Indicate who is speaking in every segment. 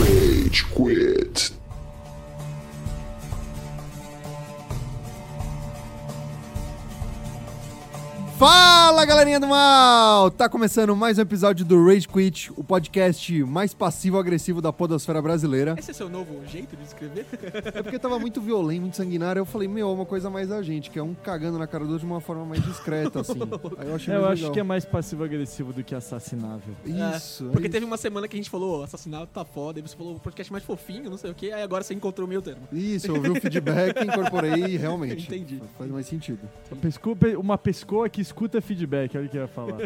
Speaker 1: Rage Quit.
Speaker 2: Fala galerinha do mal! Tá começando mais um episódio do Rage Quit, o podcast mais passivo-agressivo da podosfera brasileira.
Speaker 3: Esse é seu novo jeito de escrever?
Speaker 2: É porque tava muito violento, muito sanguinário, eu falei, meu, é uma coisa mais a gente, que é um cagando na cara do outro de uma forma mais discreta, assim. Aí eu achei
Speaker 4: É, eu
Speaker 2: mais
Speaker 4: acho
Speaker 2: legal.
Speaker 4: que é mais passivo-agressivo do que assassinável.
Speaker 2: Isso,
Speaker 3: Porque
Speaker 2: é
Speaker 3: teve uma semana que a gente falou, "Ó, assassinato tá foda, aí você falou, "O podcast mais fofinho, não sei o quê, aí agora você encontrou o meio termo.
Speaker 2: isso, eu ouvi o feedback, incorporei e realmente.
Speaker 3: Entendi.
Speaker 2: Faz mais sentido.
Speaker 4: Uma pescoa, pe- uma pescoa que escuta feedback, olha o que eu ia falar.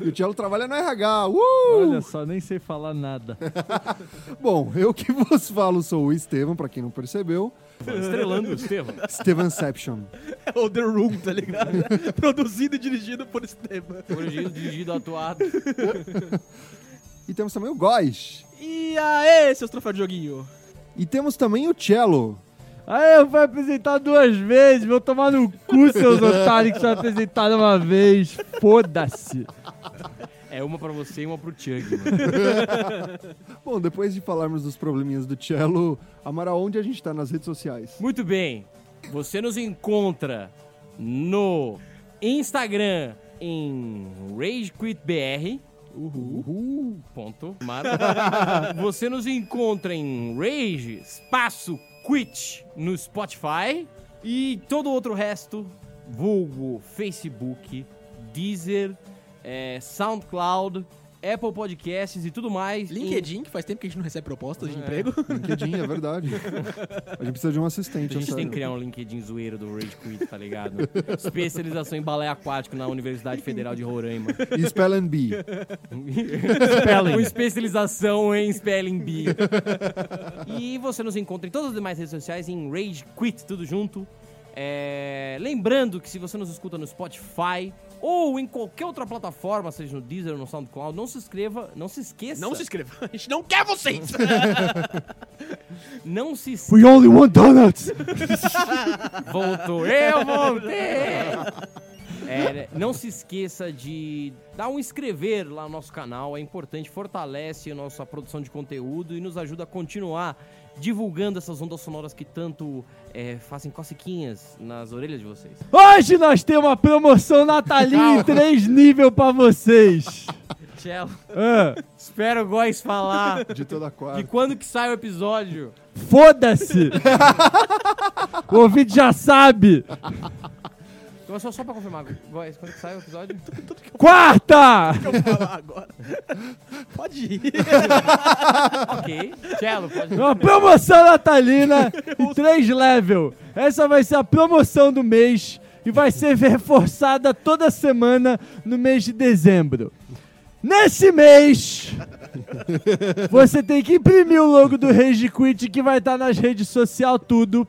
Speaker 2: E o Tielo trabalha no RH, uh!
Speaker 4: olha só, nem sei falar nada.
Speaker 2: Bom, eu que vos falo sou o Estevam, pra quem não percebeu.
Speaker 4: Estrelando o Estevam.
Speaker 2: Stevenception.
Speaker 3: É o The Room, tá ligado? Produzido e dirigido por Esteban.
Speaker 5: Dirigido, dirigido, atuado.
Speaker 2: E temos também o Góis.
Speaker 3: E aê, seus troféus de joguinho.
Speaker 2: E temos também o Cello.
Speaker 4: Aí Ah, eu fui apresentar duas vezes, vou tomar no cu, seus otários que só apresentaram uma vez. Foda-se.
Speaker 5: É uma pra você e uma pro Chug, mano.
Speaker 2: Bom, depois de falarmos dos probleminhas do Cello, Amara, onde a gente tá nas redes sociais?
Speaker 5: Muito bem. Você nos encontra no Instagram em RageQuitBR.
Speaker 2: Uhul.
Speaker 5: Ponto. Mar. Você nos encontra em Rage Espaço Quit no Spotify. E todo outro resto, vulgo, Facebook, Deezer, eh, SoundCloud, Apple Podcasts e tudo mais. em-
Speaker 3: LinkedIn, que faz tempo que a gente não recebe propostas de emprego.
Speaker 2: LinkedIn, é verdade. A gente precisa de um assistente,
Speaker 5: A gente
Speaker 2: é
Speaker 5: tem
Speaker 2: sério.
Speaker 5: que criar um LinkedIn zoeiro do Rage Quit, tá ligado? Especialização em balé aquático na Universidade Federal de Roraima.
Speaker 2: E Spell and Bee.
Speaker 5: Com especialização em Spelling Bee. e você nos encontra em todas as demais redes sociais em Rage Quit, tudo junto. É, Lembrando que se você nos escuta no Spotify ou em qualquer outra plataforma, seja no Deezer ou no SoundCloud, não se inscreva, não se esqueça.
Speaker 3: Não se inscreva, a gente não quer vocês!
Speaker 5: Não se esqueça.
Speaker 4: We only want donuts!
Speaker 5: Voltou, eu voltei! É, né, não se esqueça de dar um inscrever lá no nosso canal, é importante, fortalece a nossa produção de conteúdo e nos ajuda a continuar divulgando essas ondas sonoras que tanto é, fazem cosquinhas nas orelhas de vocês.
Speaker 4: Hoje nós temos uma promoção natalina em três níveis pra vocês.
Speaker 5: Tchelo,
Speaker 4: Ah,
Speaker 5: espero o Góis falar
Speaker 2: De toda a
Speaker 5: de
Speaker 2: quarta.
Speaker 5: quando que sai o episódio.
Speaker 4: Foda-se! o ouvinte já sabe!
Speaker 5: Então é só, só pra confirmar, Góis, quando que sai o episódio?
Speaker 4: Quarta!
Speaker 3: Eu vou falar agora. Pode ir.
Speaker 5: ok. Tchelo, pode...
Speaker 4: Uma promoção natalina em 3 level. Essa vai ser a promoção do mês e vai ser reforçada toda semana no mês de dezembro. Nesse mês, você tem que imprimir o logo do Rage Quit que vai estar nas redes sociais tudo,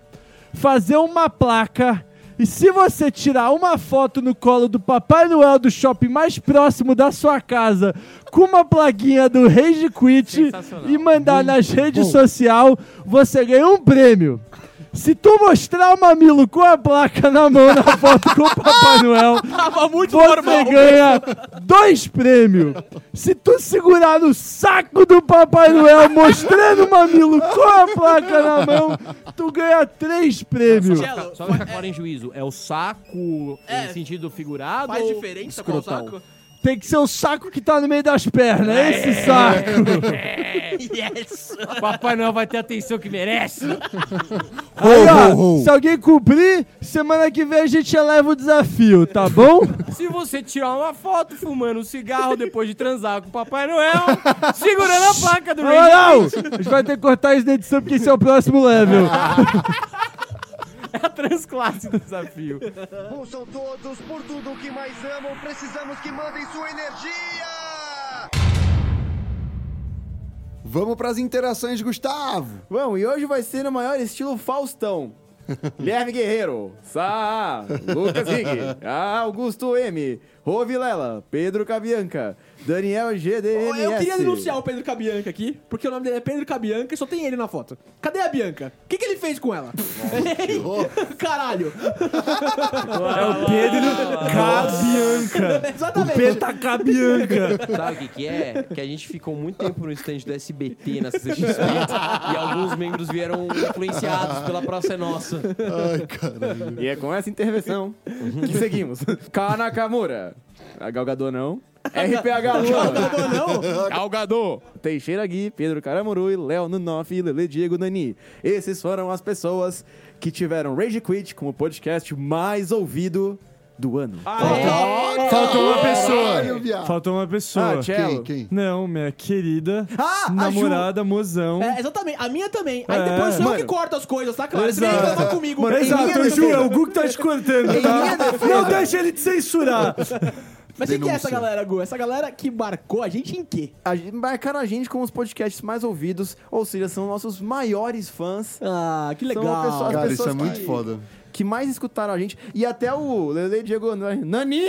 Speaker 4: fazer uma placa e se você tirar uma foto no colo do Papai Noel do shopping mais próximo da sua casa com uma plaquinha do Rage Quit
Speaker 5: Sensacional.
Speaker 4: e mandar nas redes sociais, você ganha um prêmio. Se tu mostrar o mamilo com a placa na mão na foto com o Papai Noel,
Speaker 3: Tava muito
Speaker 4: você
Speaker 3: normal.
Speaker 4: ganha dois prêmios. Se tu segurar no saco do Papai Noel mostrando o mamilo com a placa na mão, tu ganha três prêmios.
Speaker 3: Tchelo,
Speaker 5: Só deixar claro em juízo, é o saco
Speaker 3: É.
Speaker 5: em sentido figurado
Speaker 3: faz
Speaker 5: ou-
Speaker 3: diferença com o
Speaker 2: Escrotal.
Speaker 3: saco?
Speaker 4: Tem que ser o saco que tá no meio das pernas,
Speaker 2: É.
Speaker 4: esse saco.
Speaker 3: Yes!
Speaker 5: Papai Noel vai ter a atenção que merece.
Speaker 4: Aí, ó,
Speaker 2: ho, ho.
Speaker 4: se alguém cumprir, semana que vem a gente eleva o desafio, tá bom?
Speaker 5: Se você tirar uma foto fumando um cigarro depois de transar com o Papai Noel, segurando a placa do
Speaker 4: Não,
Speaker 5: Rage
Speaker 4: não! A gente vai ter que cortar isso na edição porque esse é o próximo level.
Speaker 5: é a transclasse do desafio.
Speaker 6: Ouçam todos por tudo que mais amam. Precisamos que mandem sua energia!
Speaker 2: Vamos pras interações, Gustavo.
Speaker 7: Bom, e hoje vai ser no maior estilo Faustão. Guilherme Guerreiro, Sa, Lucas Rig, Augusto M, Rovilela, Pedro Cabianca, Daniel G. DMS.
Speaker 8: Eu queria denunciar o Pedro Cabianca aqui, porque o nome dele é Pedro Cabianca e só tem ele na foto. Cadê a Bianca? O que, que ele fez com ela? Caralho!
Speaker 4: É o Pedro Cabianca.
Speaker 8: Exatamente.
Speaker 4: Peta Cabianca.
Speaker 5: Sabe o que, que é? Que a gente ficou muito tempo no stand do SBT na CCXP e alguns membros vieram influenciados pela Praça é Nossa.
Speaker 2: Ai, caralho.
Speaker 7: E é com essa intervenção que seguimos. K. Nakamura. A Galgador não. RPH Luan. Galgador. Teixeira Gui, Pedro Caramurui, Léo Nunoff e Lele Diego Nani. Esses foram as pessoas que tiveram Rage Quit como podcast mais ouvido do ano.
Speaker 8: É,
Speaker 2: Faltou uma pessoa.
Speaker 1: Caralho, viado.
Speaker 4: Faltou uma pessoa.
Speaker 2: Quem, quem?
Speaker 4: Não, minha querida
Speaker 7: Ah, a
Speaker 4: namorada mozão.
Speaker 8: É, exatamente. A minha também.
Speaker 4: É.
Speaker 8: Aí depois eu
Speaker 7: mano.
Speaker 8: que corto as coisas, tá claro? Você vem
Speaker 4: Exato.
Speaker 8: reclamar comigo.
Speaker 4: Mano,
Speaker 8: Em
Speaker 4: exato,
Speaker 8: minha
Speaker 4: eu
Speaker 8: defesa.
Speaker 4: juro, é o Gu que tá te cortando, tá? Não deixa ele te censurar.
Speaker 8: Mas o que, que é
Speaker 2: Denúncia.
Speaker 8: essa galera, Gu? Essa galera que marcou a gente em quê?
Speaker 7: A gente- marcaram a gente como os podcasts mais ouvidos, ou seja, são nossos maiores fãs.
Speaker 8: Ah, que
Speaker 7: legal. As
Speaker 2: Cara, isso é
Speaker 7: pessoas
Speaker 2: muito
Speaker 7: que-
Speaker 2: foda.
Speaker 7: que mais escutaram a gente. E até o Lele Diego Nani,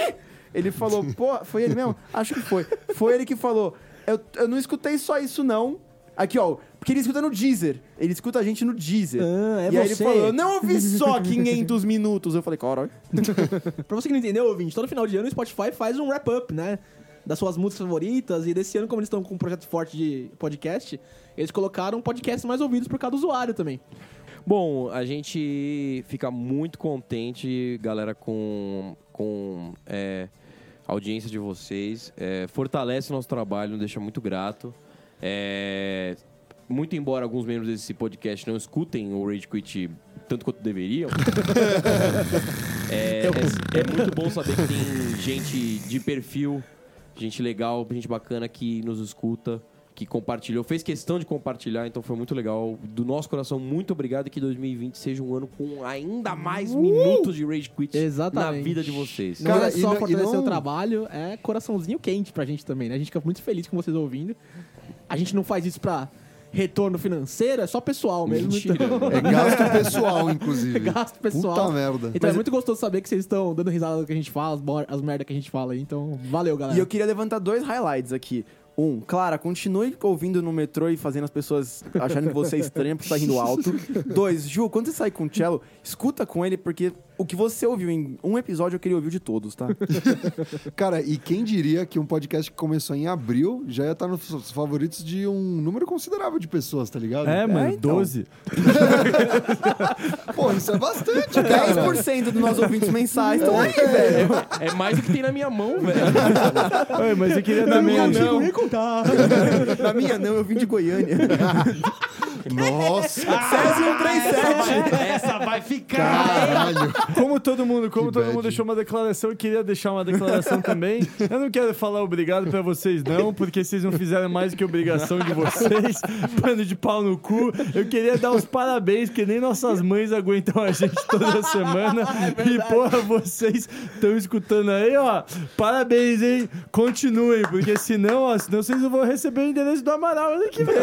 Speaker 7: ele falou, pô, foi ele mesmo? Acho que foi. Foi ele que falou, eu, eu não escutei só isso não. Aqui, ó, porque ele escuta no Deezer. Ele escuta a gente no Deezer.
Speaker 8: Ah, é
Speaker 7: e aí ele
Speaker 8: você.
Speaker 7: falou, eu não ouvi só 500 minutos. Eu falei, caralho.
Speaker 8: Pra você que não entendeu, ouvinte, todo final de ano o Spotify faz um wrap-up, né? Das suas músicas favoritas. E desse ano, como eles estão com um projeto forte de podcast, eles colocaram podcasts mais ouvidos por cada usuário também.
Speaker 5: Bom, a gente fica muito contente, galera, com, com é, a audiência de vocês. É, fortalece nosso trabalho, nos deixa muito grato. É, muito embora alguns membros desse podcast não escutem o Rage Quit tanto quanto deveriam, é,
Speaker 4: Então,
Speaker 5: é- é muito bom saber que tem gente de perfil, gente legal, gente bacana que nos escuta, que compartilhou, fez questão de compartilhar, então foi muito legal. Do nosso coração, muito obrigado e que 2020 seja um ano com ainda mais
Speaker 4: Uh!
Speaker 5: minutos de Rage Quit
Speaker 8: Exatamente.
Speaker 5: na vida de vocês.
Speaker 8: Não
Speaker 2: Cara,
Speaker 8: é
Speaker 2: e
Speaker 8: só
Speaker 2: não- e
Speaker 8: fortalecer
Speaker 2: não-
Speaker 8: o trabalho, é coraçãozinho quente pra gente também, né? A gente fica muito feliz com vocês ouvindo. A gente não faz isso pra retorno financeiro, é só pessoal mesmo. então-
Speaker 2: É gasto pessoal, inclusive.
Speaker 8: gasto pessoal.
Speaker 2: Puta merda.
Speaker 8: Então é muito gostoso saber que vocês estão dando risada do que a gente fala, as, bo- as merda que a gente fala aí. Então, valeu, galera.
Speaker 7: E eu queria levantar dois highlights aqui. Um, Clara, continue ouvindo no metrô e fazendo as pessoas acharem que você é estranha porque tá rindo alto. Dois, Ju, quando você sair com o Cello, escuta com ele, porque o que você ouviu em um episódio eu queria ouvir de todos, tá?
Speaker 2: Cara, e quem diria que um podcast que começou em abril já ia estar nos seus favoritos de um número considerável de pessoas, tá ligado?
Speaker 4: É, mano,
Speaker 7: então.
Speaker 4: 12.
Speaker 2: Pô, isso é bastante, cara.
Speaker 7: 10% dos nossos ouvintes mensais estão aí, velho.
Speaker 5: É mais do que tem na minha mão, velho.
Speaker 4: Oi, mas eu queria também...
Speaker 7: nem contar. Na minha não, eu vim de Goiânia.
Speaker 2: Nossa,
Speaker 7: Césio 137.
Speaker 5: Essa vai ficar.
Speaker 2: caralho.
Speaker 4: Como todo mundo, como
Speaker 2: Que
Speaker 4: todo
Speaker 2: bad.
Speaker 4: mundo deixou uma declaração, eu queria deixar uma declaração também. Eu não quero falar obrigado pra vocês, não, porque vocês não fizeram mais que obrigação de vocês. Pano de pau no cu. Eu queria dar os parabéns, porque nem nossas mães aguentam a gente toda semana.
Speaker 2: É
Speaker 4: e, porra, vocês estão escutando aí, ó. Parabéns, hein? Continuem, porque senão, ó, senão vocês não vão receber o endereço do Amaral ano que vem.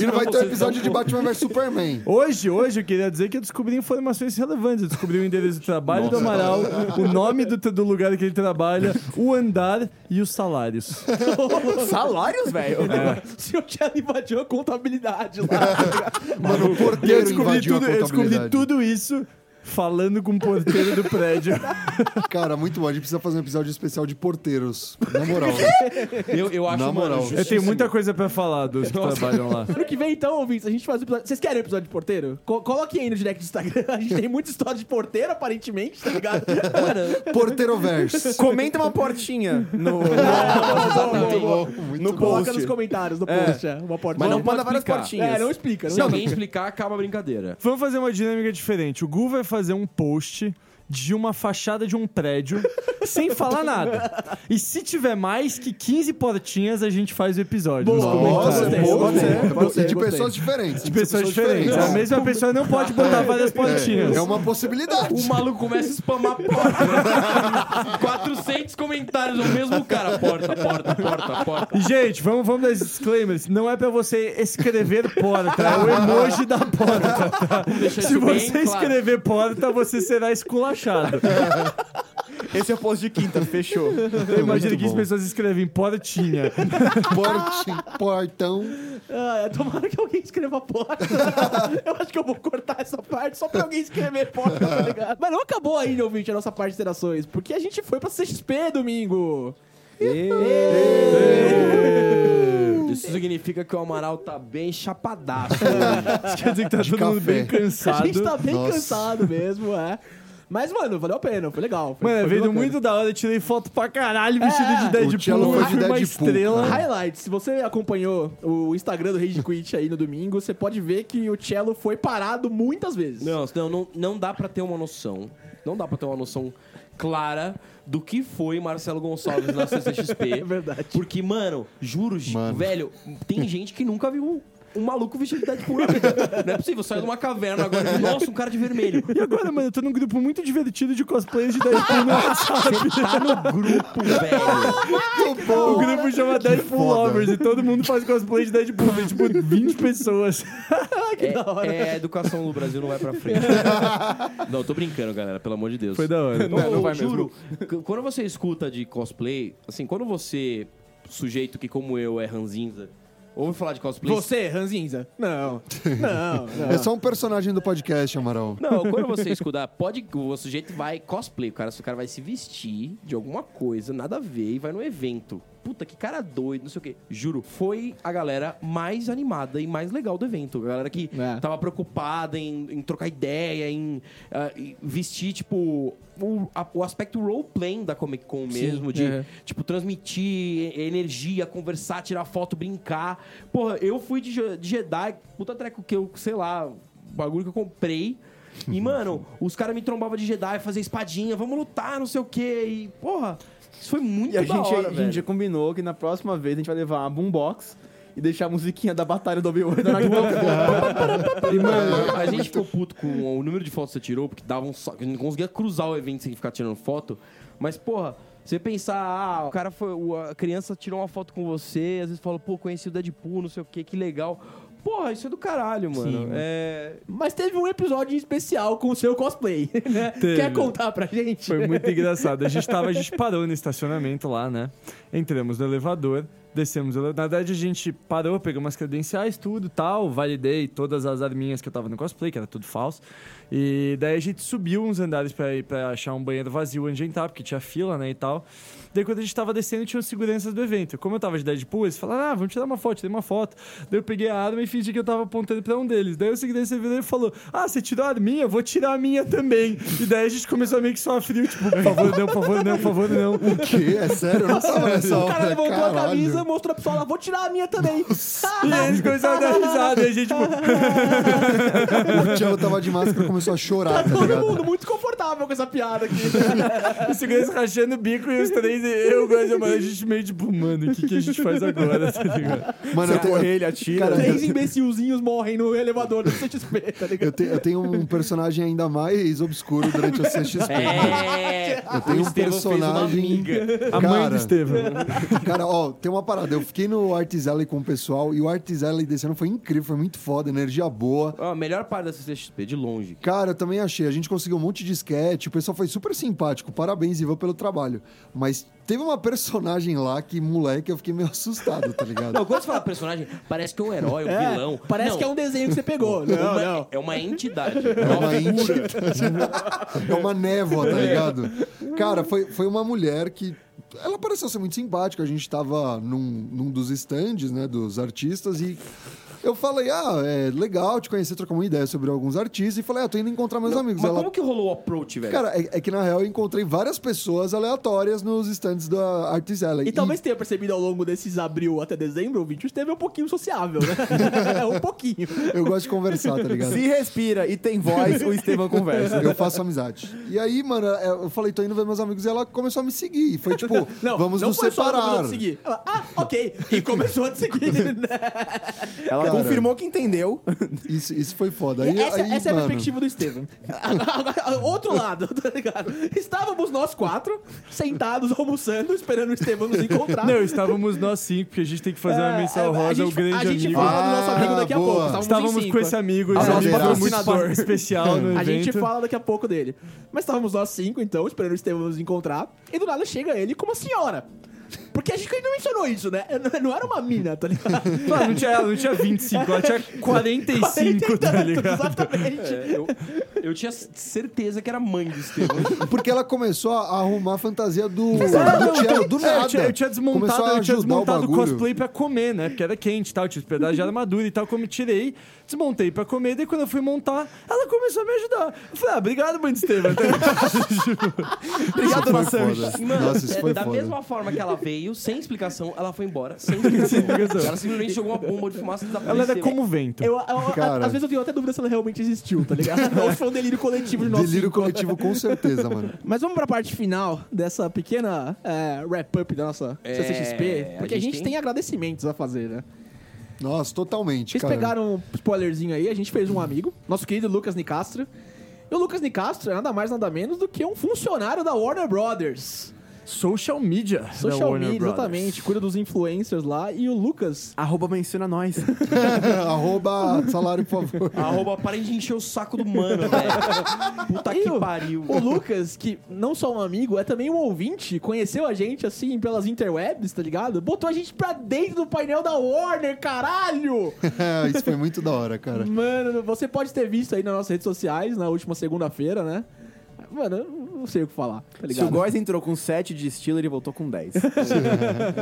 Speaker 2: E não vai ter
Speaker 5: Vocês
Speaker 2: episódio
Speaker 5: tão
Speaker 2: de Batman vs Superman.
Speaker 4: Hoje, hoje eu queria dizer que eu descobri informações relevantes. Eu descobri o endereço do trabalho do Amaral, o nome do, do lugar que ele trabalha, o andar e os salários.
Speaker 7: Salários, velho.
Speaker 8: O senhor Thiago invadiu a contabilidade lá.
Speaker 2: Mano, o
Speaker 4: E eu
Speaker 2: porteiro
Speaker 4: descobri,
Speaker 2: invadiu
Speaker 4: tudo,
Speaker 2: a
Speaker 4: eu descobri
Speaker 2: contabilidade.
Speaker 4: tudo isso falando com o porteiro do prédio.
Speaker 2: Cara, muito bom. A gente precisa fazer um episódio especial de porteiros. Na moral.
Speaker 5: Eu, eu acho,
Speaker 2: Na moral.
Speaker 5: mano,
Speaker 4: Eu tenho muita coisa pra falar dos que trabalham lá.
Speaker 8: ano que vem, então, ouvintes, a gente faz o episódio. Vocês querem o episódio de porteiro? Co- coloquem aí no direct do Instagram. A gente tem muita história de porteiro, aparentemente, tá ligado?
Speaker 2: Porteiro verso.
Speaker 7: Comenta uma portinha no, no
Speaker 8: Coloca
Speaker 7: post.
Speaker 8: nos comentários do post, é, uma porteira.
Speaker 7: Mas não
Speaker 8: É,
Speaker 7: manda várias
Speaker 5: explicar.
Speaker 7: portinhas.
Speaker 8: É, não explica. Não
Speaker 5: Se alguém explicar, acaba a brincadeira.
Speaker 4: Vamos fazer uma dinâmica diferente. O Gu vai fazer um post de uma fachada de um prédio sem falar nada. E se tiver mais que 15 portinhas, a gente faz o episódio. nos
Speaker 8: Boa,
Speaker 4: comentários.
Speaker 2: Nossa,
Speaker 8: Gostei,
Speaker 2: bom,
Speaker 8: gostei,
Speaker 2: né?
Speaker 8: gostei,
Speaker 2: E de
Speaker 8: gostei.
Speaker 2: pessoas diferentes.
Speaker 4: de pessoas diferentes. A mesma pessoa não pode botar várias portinhas.
Speaker 2: É uma possibilidade.
Speaker 5: O maluco começa a spamar porta. 400 comentários no mesmo cara. Porta, porta, porta, porta.
Speaker 4: E, gente, vamos, vamos dar esse disclaimer. Não é pra você escrever porta, é o emoji da porta.
Speaker 5: Deixa
Speaker 4: Se
Speaker 5: isso é bem
Speaker 4: você
Speaker 5: claro.
Speaker 4: escrever porta, você será esculachado.
Speaker 7: Esse é o post de quinta, fechou.
Speaker 4: Eu imagino
Speaker 2: Muito
Speaker 4: que as
Speaker 2: bom.
Speaker 4: pessoas escrevem portinha.
Speaker 2: Porte, portão.
Speaker 8: Ah, é, tomara que alguém escreva porta. eu acho que eu vou cortar essa parte só pra alguém escrever porta, tá ligado? Mas não acabou ainda, ouvinte, a nossa parte de interações, porque a gente foi pra CXP domingo.
Speaker 5: Isso significa que o Amaral tá bem chapadaço.
Speaker 4: Quer dizer que tá todo mundo
Speaker 2: café.
Speaker 4: bem cansado.
Speaker 8: A gente tá bem
Speaker 2: Nossa.
Speaker 8: cansado mesmo, é. Mas, mano, valeu a pena, foi legal. Foi,
Speaker 4: Mano,
Speaker 8: foi
Speaker 4: é vídeo
Speaker 8: bacana.
Speaker 4: muito da hora, eu tirei foto pra caralho vestido
Speaker 8: É.
Speaker 4: de
Speaker 8: O
Speaker 4: Deadpool,
Speaker 2: Tchelo foi
Speaker 4: eu
Speaker 2: de
Speaker 4: fui uma
Speaker 2: Deadpool,
Speaker 4: estrela.
Speaker 8: Highlights, se você acompanhou o Instagram do Rage Quit aí no domingo, você pode ver que o Cello foi parado muitas vezes.
Speaker 5: Não, não, não, não dá pra ter uma noção. Não dá pra ter uma noção clara do que foi Marcelo Gonçalves na CCXP.
Speaker 8: É verdade.
Speaker 5: Porque, mano, juro, Chico,
Speaker 2: Mano.
Speaker 5: velho, tem gente que nunca viu um maluco vestido de Deadpool na vida. Não é possível, saiu de uma caverna agora. Nossa, um cara de vermelho.
Speaker 4: E agora, mano, eu tô num grupo muito divertido de cosplayers de Deadpool no WhatsApp.
Speaker 5: Tá no grupo, velho.
Speaker 2: Muito
Speaker 4: O
Speaker 2: bom.
Speaker 4: grupo chama Deadpool
Speaker 2: foda.
Speaker 4: Lovers e todo mundo faz cosplay de Deadpool. Tem, tipo, 20 pessoas.
Speaker 5: É, é, a educação no Brasil não vai pra frente. Não, tô brincando, galera, pelo amor de Deus.
Speaker 4: Foi da hora.
Speaker 5: Não,
Speaker 7: não vai
Speaker 5: juro, c- quando você escuta de cosplay, assim, quando você, sujeito que como eu é ranzinza, ouve falar de cosplay...
Speaker 8: Você, Ranzinza? Não. Não, não.
Speaker 2: É só um personagem do podcast, Amaral.
Speaker 5: Não, quando você escutar, pode. O sujeito vai cosplay, o cara, se o cara vai se vestir de alguma coisa, nada a ver, e vai no evento. Puta, que cara doido, não sei o quê. Juro, foi a galera mais animada e mais legal do evento. A galera que
Speaker 8: É.
Speaker 5: tava preocupada em, em trocar ideia, em, ah, em vestir, tipo, o, a- o aspecto role-playing da Comic Con mesmo, de,
Speaker 8: é.
Speaker 5: tipo, transmitir e- energia, conversar, tirar foto, brincar. Porra, eu fui de, Je- de Jedi, puta treco que eu, sei lá, bagulho que eu comprei. E,
Speaker 7: Uhum.
Speaker 5: mano, os caras me trombavam de Jedi, fazer espadinha, vamos lutar, não sei o quê. E, porra, isso foi muito
Speaker 7: E a
Speaker 5: da
Speaker 7: gente,
Speaker 5: hora,
Speaker 7: a
Speaker 5: velho.
Speaker 7: gente já combinou que na próxima vez a gente vai levar uma boombox e deixar a musiquinha da batalha do Obi-Wan na
Speaker 5: E, mano,
Speaker 4: É.
Speaker 5: a gente ficou puto com o número de fotos que você tirou, porque dava um saco. A gente não conseguia cruzar o evento sem ficar tirando foto. Mas, porra, você pensar, ah, o cara foi. o- A criança tirou uma foto com você, às vezes fala, pô, conheci o Deadpool, não sei o que, que legal. Porra, isso é do caralho, mano. é.
Speaker 8: Mas teve um episódio especial com o seu cosplay, né?
Speaker 4: Teve.
Speaker 8: Quer contar pra gente?
Speaker 4: Foi muito engraçado. A gente tava, a gente parou no estacionamento lá, né? Entramos no elevador, descemos. o ele- Na verdade, a gente parou, pegou umas credenciais, tudo tal. Validei todas as arminhas que eu tava no cosplay, que era tudo falso. E daí a gente subiu uns andares pra, ir, pra achar um banheiro vazio onde entrar, porque tinha fila, né? E tal. Daí quando a gente tava descendo, tinham seguranças do evento. Como eu tava de Deadpool, eles falaram, ah, vamos tirar uma foto, tirei uma foto. Daí eu peguei a arma e fingi que eu tava apontando pra um deles. Daí o segurança virou e falou, ah, você tirou a arminha? Eu Vou tirar a minha também. E daí a gente começou a meio que só frio, tipo, por favor não, por favor não, por favor não.
Speaker 2: Que? É sério? Eu não tava nessa
Speaker 8: O
Speaker 2: hora.
Speaker 8: cara levantou
Speaker 2: Caralho.
Speaker 8: a camisa, mostrou pra pessoa lá, vou tirar a minha também.
Speaker 4: E eles começaram a dar risada. E a gente, tipo,
Speaker 2: O Tchelo tava de máscara e começou a chorar, tá
Speaker 8: Todo
Speaker 2: ligado?
Speaker 8: mundo muito confortável com essa piada aqui.
Speaker 4: o segurança rachando o bico e os três, eu, Góis, mano, a gente meio tipo, mano, o que, que a gente faz agora, tá ligado?
Speaker 2: Mano, eu tenho,
Speaker 7: orelha, atira.
Speaker 2: Cara,
Speaker 8: Três imbecilzinhos morrem no elevador do CXP, tá ligado?
Speaker 2: eu te- eu tenho um personagem ainda mais obscuro durante a CXP.
Speaker 5: É.
Speaker 2: Eu tenho
Speaker 5: O
Speaker 2: um
Speaker 5: Estevão fez uma
Speaker 2: personagem.
Speaker 5: amiga.
Speaker 4: A mãe do
Speaker 2: Cara,
Speaker 4: Estevam.
Speaker 2: Cara, ó, tem uma parada. Eu fiquei no Artis Alley com o pessoal e o Artis Alley desse ano foi incrível, foi muito foda, energia boa.
Speaker 5: Ó, a melhor parte da CCXP, de longe.
Speaker 2: Cara, eu também achei. A gente conseguiu um monte de sketch, o pessoal foi super simpático. Parabéns, Ivan, pelo trabalho. Mas teve uma personagem lá que, moleque, eu fiquei meio assustado, tá
Speaker 5: Não,
Speaker 2: ligado?
Speaker 5: quando você fala personagem, parece que é um herói, um vilão.
Speaker 8: Parece
Speaker 5: Não,
Speaker 8: que é um desenho que você pegou. né? Não,
Speaker 5: uma-
Speaker 8: não.
Speaker 5: É uma entidade.
Speaker 2: É uma entidade. É uma névoa, tá ligado? Cara, foi, foi uma mulher que. Ela pareceu ser muito simpática. A gente tava num, num dos stands, né, dos artistas e. Eu falei, ah, é legal te conhecer, trocar uma ideia sobre alguns artistas. E falei, ah, tô indo encontrar meus amigos.
Speaker 5: Mas
Speaker 2: Ela,
Speaker 5: como que rolou o approach, velho?
Speaker 2: Cara, é, é que na real eu encontrei várias pessoas aleatórias nos stands da Artis Alley.
Speaker 8: E talvez tenha percebido ao longo desses abril até dezembro, o vídeo esteve um pouquinho sociável, né? um pouquinho.
Speaker 2: eu gosto de conversar, tá ligado?
Speaker 7: Se respira e tem voz, o Estevão conversa.
Speaker 2: Eu faço amizade. E aí, mano, é, eu falei, tô indo ver meus amigos e ela começou a me seguir. E Foi tipo,
Speaker 8: Não,
Speaker 2: vamos
Speaker 8: não
Speaker 2: nos
Speaker 8: foi só ela
Speaker 2: separar.
Speaker 8: começou a te seguir. Ela, ah, ok. E começou a te seguir. né?
Speaker 7: Ela
Speaker 2: cara.
Speaker 7: Confirmou que entendeu.
Speaker 2: Isso, isso foi foda. Aí,
Speaker 8: essa
Speaker 2: aí,
Speaker 8: essa é a
Speaker 2: mano,
Speaker 8: perspectiva do Estevam. Agora, Outro lado, tá ligado? Estávamos nós quatro, sentados, almoçando, esperando o Estevam nos encontrar.
Speaker 4: Não, estávamos nós cinco, porque a gente tem que fazer uma
Speaker 8: É,
Speaker 4: menção
Speaker 8: é,
Speaker 4: rosa ao grande
Speaker 8: A gente
Speaker 4: amigo.
Speaker 8: fala do nosso
Speaker 2: Ah,
Speaker 8: amigo daqui a
Speaker 2: boa.
Speaker 8: pouco. Estávamos, em
Speaker 4: Estávamos
Speaker 8: cinco.
Speaker 4: com esse amigo,
Speaker 2: Ah,
Speaker 4: esse amigo
Speaker 2: nosso
Speaker 4: muito
Speaker 2: patrocinador.
Speaker 4: especial no
Speaker 8: A gente
Speaker 4: evento.
Speaker 8: fala daqui a pouco dele. Mas estávamos nós cinco, então, esperando o Estevam nos encontrar. E do nada chega ele com uma senhora. Porque a gente ainda mencionou isso, né? Não- Não era uma mina, tá ligado?
Speaker 4: Mano, não, tinha, ela não tinha 25, ela tinha 45, tá ligado?
Speaker 8: Exatamente.
Speaker 2: É,
Speaker 5: Eu, eu tinha c- certeza que era mãe do Estevão.
Speaker 2: Porque ela começou a arrumar a fantasia do, do Cello, do
Speaker 4: É,
Speaker 2: nada.
Speaker 4: eu tinha, eu tinha desmontado,
Speaker 2: Começou a
Speaker 4: eu tinha
Speaker 2: ajudar
Speaker 4: desmontado o
Speaker 2: bagulho.
Speaker 4: cosplay pra comer, né? Porque era quente e tal, tinha os pedaços de armadura e tal, como eu tirei, desmontei pra comer, daí quando eu fui montar, ela começou a me ajudar. Eu falei, ah, obrigado, mãe de Estevam.
Speaker 2: Isso
Speaker 4: obrigado,
Speaker 2: foi
Speaker 4: dona
Speaker 2: foda.
Speaker 4: Sanches.
Speaker 2: Nossa, isso
Speaker 5: é,
Speaker 2: foi
Speaker 5: da
Speaker 2: foda.
Speaker 5: mesma forma que ela veio, sem explicação, ela foi embora, sem explicação. Ela simplesmente jogou uma bomba de fumaça e
Speaker 4: Ela
Speaker 5: desapareceu.
Speaker 4: era como vento.
Speaker 8: Eu, eu- eu-
Speaker 2: Cara.
Speaker 8: às vezes eu tenho até dúvida se ela realmente existiu, tá ligado? Ou se foi um delírio coletivo de nós
Speaker 2: Delírio
Speaker 8: cinco.
Speaker 2: coletivo, com certeza, mano.
Speaker 8: Mas vamos pra parte final dessa pequena é, wrap-up da nossa
Speaker 5: É,
Speaker 8: CCXP. Porque a gente, tem... agradecimentos a fazer, né?
Speaker 2: Nossa, totalmente,
Speaker 8: Vocês
Speaker 2: cara.
Speaker 8: pegaram um spoilerzinho aí, a gente fez um amigo, nosso querido Lucas Nicastro. E o Lucas Nicastro é nada mais, nada menos do que um funcionário da Warner Brothers.
Speaker 4: Social media. da
Speaker 8: Social
Speaker 4: Warner
Speaker 8: media,
Speaker 4: Brothers.
Speaker 8: exatamente. Cuida dos influencers lá. E o Lucas...
Speaker 7: Arroba menciona nós.
Speaker 2: Arroba salário, por favor.
Speaker 5: Arroba, parem de encher o saco do mano, velho. Puta
Speaker 8: E
Speaker 5: que
Speaker 8: o-
Speaker 5: pariu.
Speaker 8: O Lucas, que não só um amigo, é também um ouvinte, conheceu a gente, assim, pelas interwebs, tá ligado? Botou a gente pra dentro do painel da Warner, caralho!
Speaker 2: É, isso foi muito da hora, cara.
Speaker 8: Mano, você pode ter visto aí nas nossas redes sociais, na última segunda-feira, né? Mano, eu não sei o que falar, tá
Speaker 7: Se o
Speaker 8: ligado?
Speaker 7: Góis entrou com 7 de estilo, ele voltou com 10.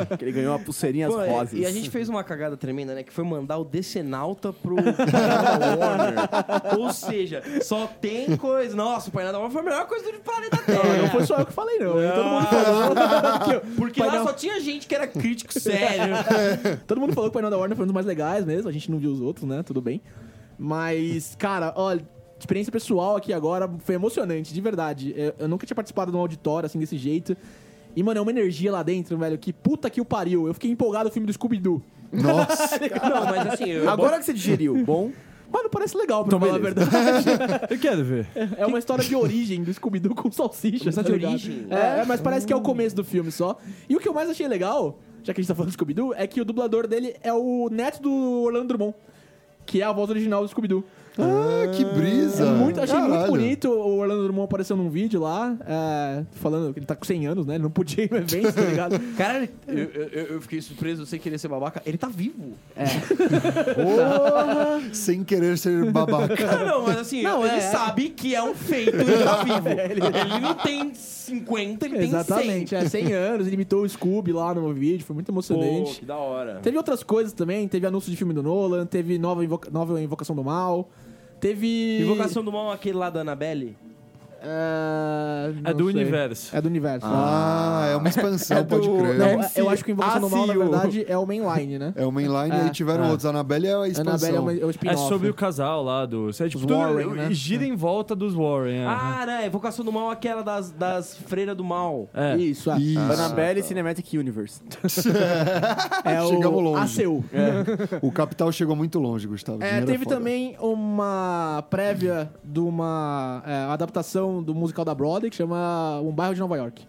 Speaker 7: Porque ele ganhou uma pulseirinha às
Speaker 5: Pô, é,
Speaker 7: rosas.
Speaker 5: E a gente fez uma cagada tremenda, né? Que foi mandar o Decenalta pro Painel da Warner. Ou seja, só tem coisa. Nossa, o Painel da Warner foi a melhor coisa do planeta
Speaker 8: Não, não
Speaker 5: Terra.
Speaker 8: foi só eu que falei, não. hein? Todo mundo falou. que o
Speaker 5: Porque lá
Speaker 8: painel- É.
Speaker 5: só tinha gente que era crítico sério.
Speaker 8: Todo mundo falou que o painel da Warner foi um dos mais legais mesmo. A gente não viu os outros, né? Tudo bem. Mas, cara, olha, experiência pessoal aqui agora foi emocionante, de verdade. Eu, eu nunca tinha participado de um auditório assim desse jeito. E, mano, é uma energia lá dentro, velho. Que puta que o pariu. Eu fiquei empolgado no filme do Scooby-Doo.
Speaker 2: Nossa,
Speaker 5: Não, mas assim, eu,
Speaker 7: Agora que você digeriu, bom,
Speaker 8: Mano, parece legal, pra falar a
Speaker 7: beleza.
Speaker 8: verdade.
Speaker 4: Eu quero ver.
Speaker 8: É uma história de origem do Scooby-Doo com salsicha.
Speaker 5: Uma história
Speaker 8: tá
Speaker 5: de
Speaker 8: ligado?
Speaker 5: origem?
Speaker 8: É, é, mas parece que é o começo do filme só. E o que eu mais achei legal, já que a gente tá falando do Scooby-Doo, é que o dublador dele é o neto do Orlando Drummond, que é a voz original do Scooby-Doo.
Speaker 2: ah, que brisa.
Speaker 8: É muito, achei muito
Speaker 2: Caralho.
Speaker 8: bonito o Orlando Drummond apareceu num vídeo lá, é, falando que ele tá com 100 anos, né? Ele não podia ir no evento, tá ligado?
Speaker 5: Cara, eu, eu- eu fiquei surpreso sem querer ser babaca. Ele tá vivo.
Speaker 2: Porra, sem querer ser babaca.
Speaker 5: Não, não, mas assim,
Speaker 8: Não,
Speaker 5: ele
Speaker 8: é.
Speaker 5: sabe que é um feito, ele tá vivo. ele, não tem 50, ele tem 100.
Speaker 8: Exatamente, é 100 anos, ele imitou o Scooby lá no vídeo, foi muito emocionante.
Speaker 5: da hora.
Speaker 8: Teve outras coisas também, teve anúncio de filme do Nolan, teve nova, invoca- nova Invocação do Mal, teve...
Speaker 5: Invocação do Mal, aquele lá da Annabelle?
Speaker 8: É,
Speaker 4: É
Speaker 8: não
Speaker 4: do
Speaker 8: sei.
Speaker 4: universo.
Speaker 8: É do universo.
Speaker 2: Ah, é uma expansão,
Speaker 7: É do-
Speaker 2: pode crer.
Speaker 8: Não,
Speaker 7: MC.
Speaker 8: eu acho que Invocação do
Speaker 5: Ah,
Speaker 8: Mal, na
Speaker 7: ACU.
Speaker 8: verdade, é o mainline, né?
Speaker 2: É o mainline
Speaker 8: É,
Speaker 2: e aí tiveram
Speaker 8: é.
Speaker 2: outros. Annabelle é a expansão.
Speaker 8: Annabelle é o, é o
Speaker 4: É
Speaker 8: spin-off.
Speaker 4: sobre o casal lá do. É, tipo,
Speaker 8: Os
Speaker 4: tudo
Speaker 8: Warren, né?
Speaker 4: gira em volta dos Warren. é.
Speaker 5: Ah, né? Invocação do Mal, aquela das, das freiras do mal.
Speaker 4: É.
Speaker 8: Isso, é.
Speaker 2: Isso,
Speaker 7: Annabelle Cinematic Universe.
Speaker 8: é
Speaker 2: Chegamos
Speaker 8: o
Speaker 2: longe. É,
Speaker 8: ACU.
Speaker 2: o Capital chegou muito longe, Gustavo.
Speaker 8: É,
Speaker 2: Dinheiro
Speaker 8: teve
Speaker 2: foda.
Speaker 8: também uma prévia de uma é, adaptação do musical da Broadway que chama Um Bairro de Nova York.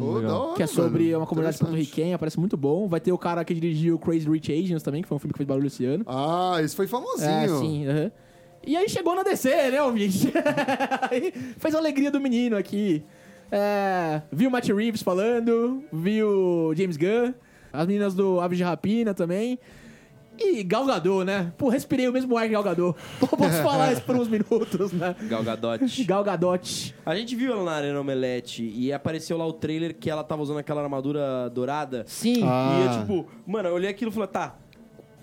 Speaker 2: Ô, da hora,
Speaker 8: que é sobre
Speaker 2: velho.
Speaker 8: uma comunidade
Speaker 2: Ah, Hum, Interessante.
Speaker 8: porto-riquenha, parece muito bom. Vai ter o cara que dirigiu Crazy Rich Asians também, que foi um filme que fez barulho esse ano.
Speaker 2: Ah, esse foi famosinho.
Speaker 8: É, sim, aham. E aí chegou na DC, né, ouvinte? Aí Fez a alegria do menino aqui. É, viu o Matt Reeves falando, viu o James Gunn, as meninas do Aves de Rapina também. E Galgador, né? Pô, respirei o mesmo ar que Galgador. Posso falar isso por uns minutos, né?
Speaker 5: Galgadote.
Speaker 8: Galgadote.
Speaker 5: A gente viu ela na Arena Omelete e apareceu lá o trailer que ela tava usando aquela armadura dourada.
Speaker 8: Sim.
Speaker 2: Ah.
Speaker 5: E eu, tipo, mano, eu olhei aquilo e falei, tá,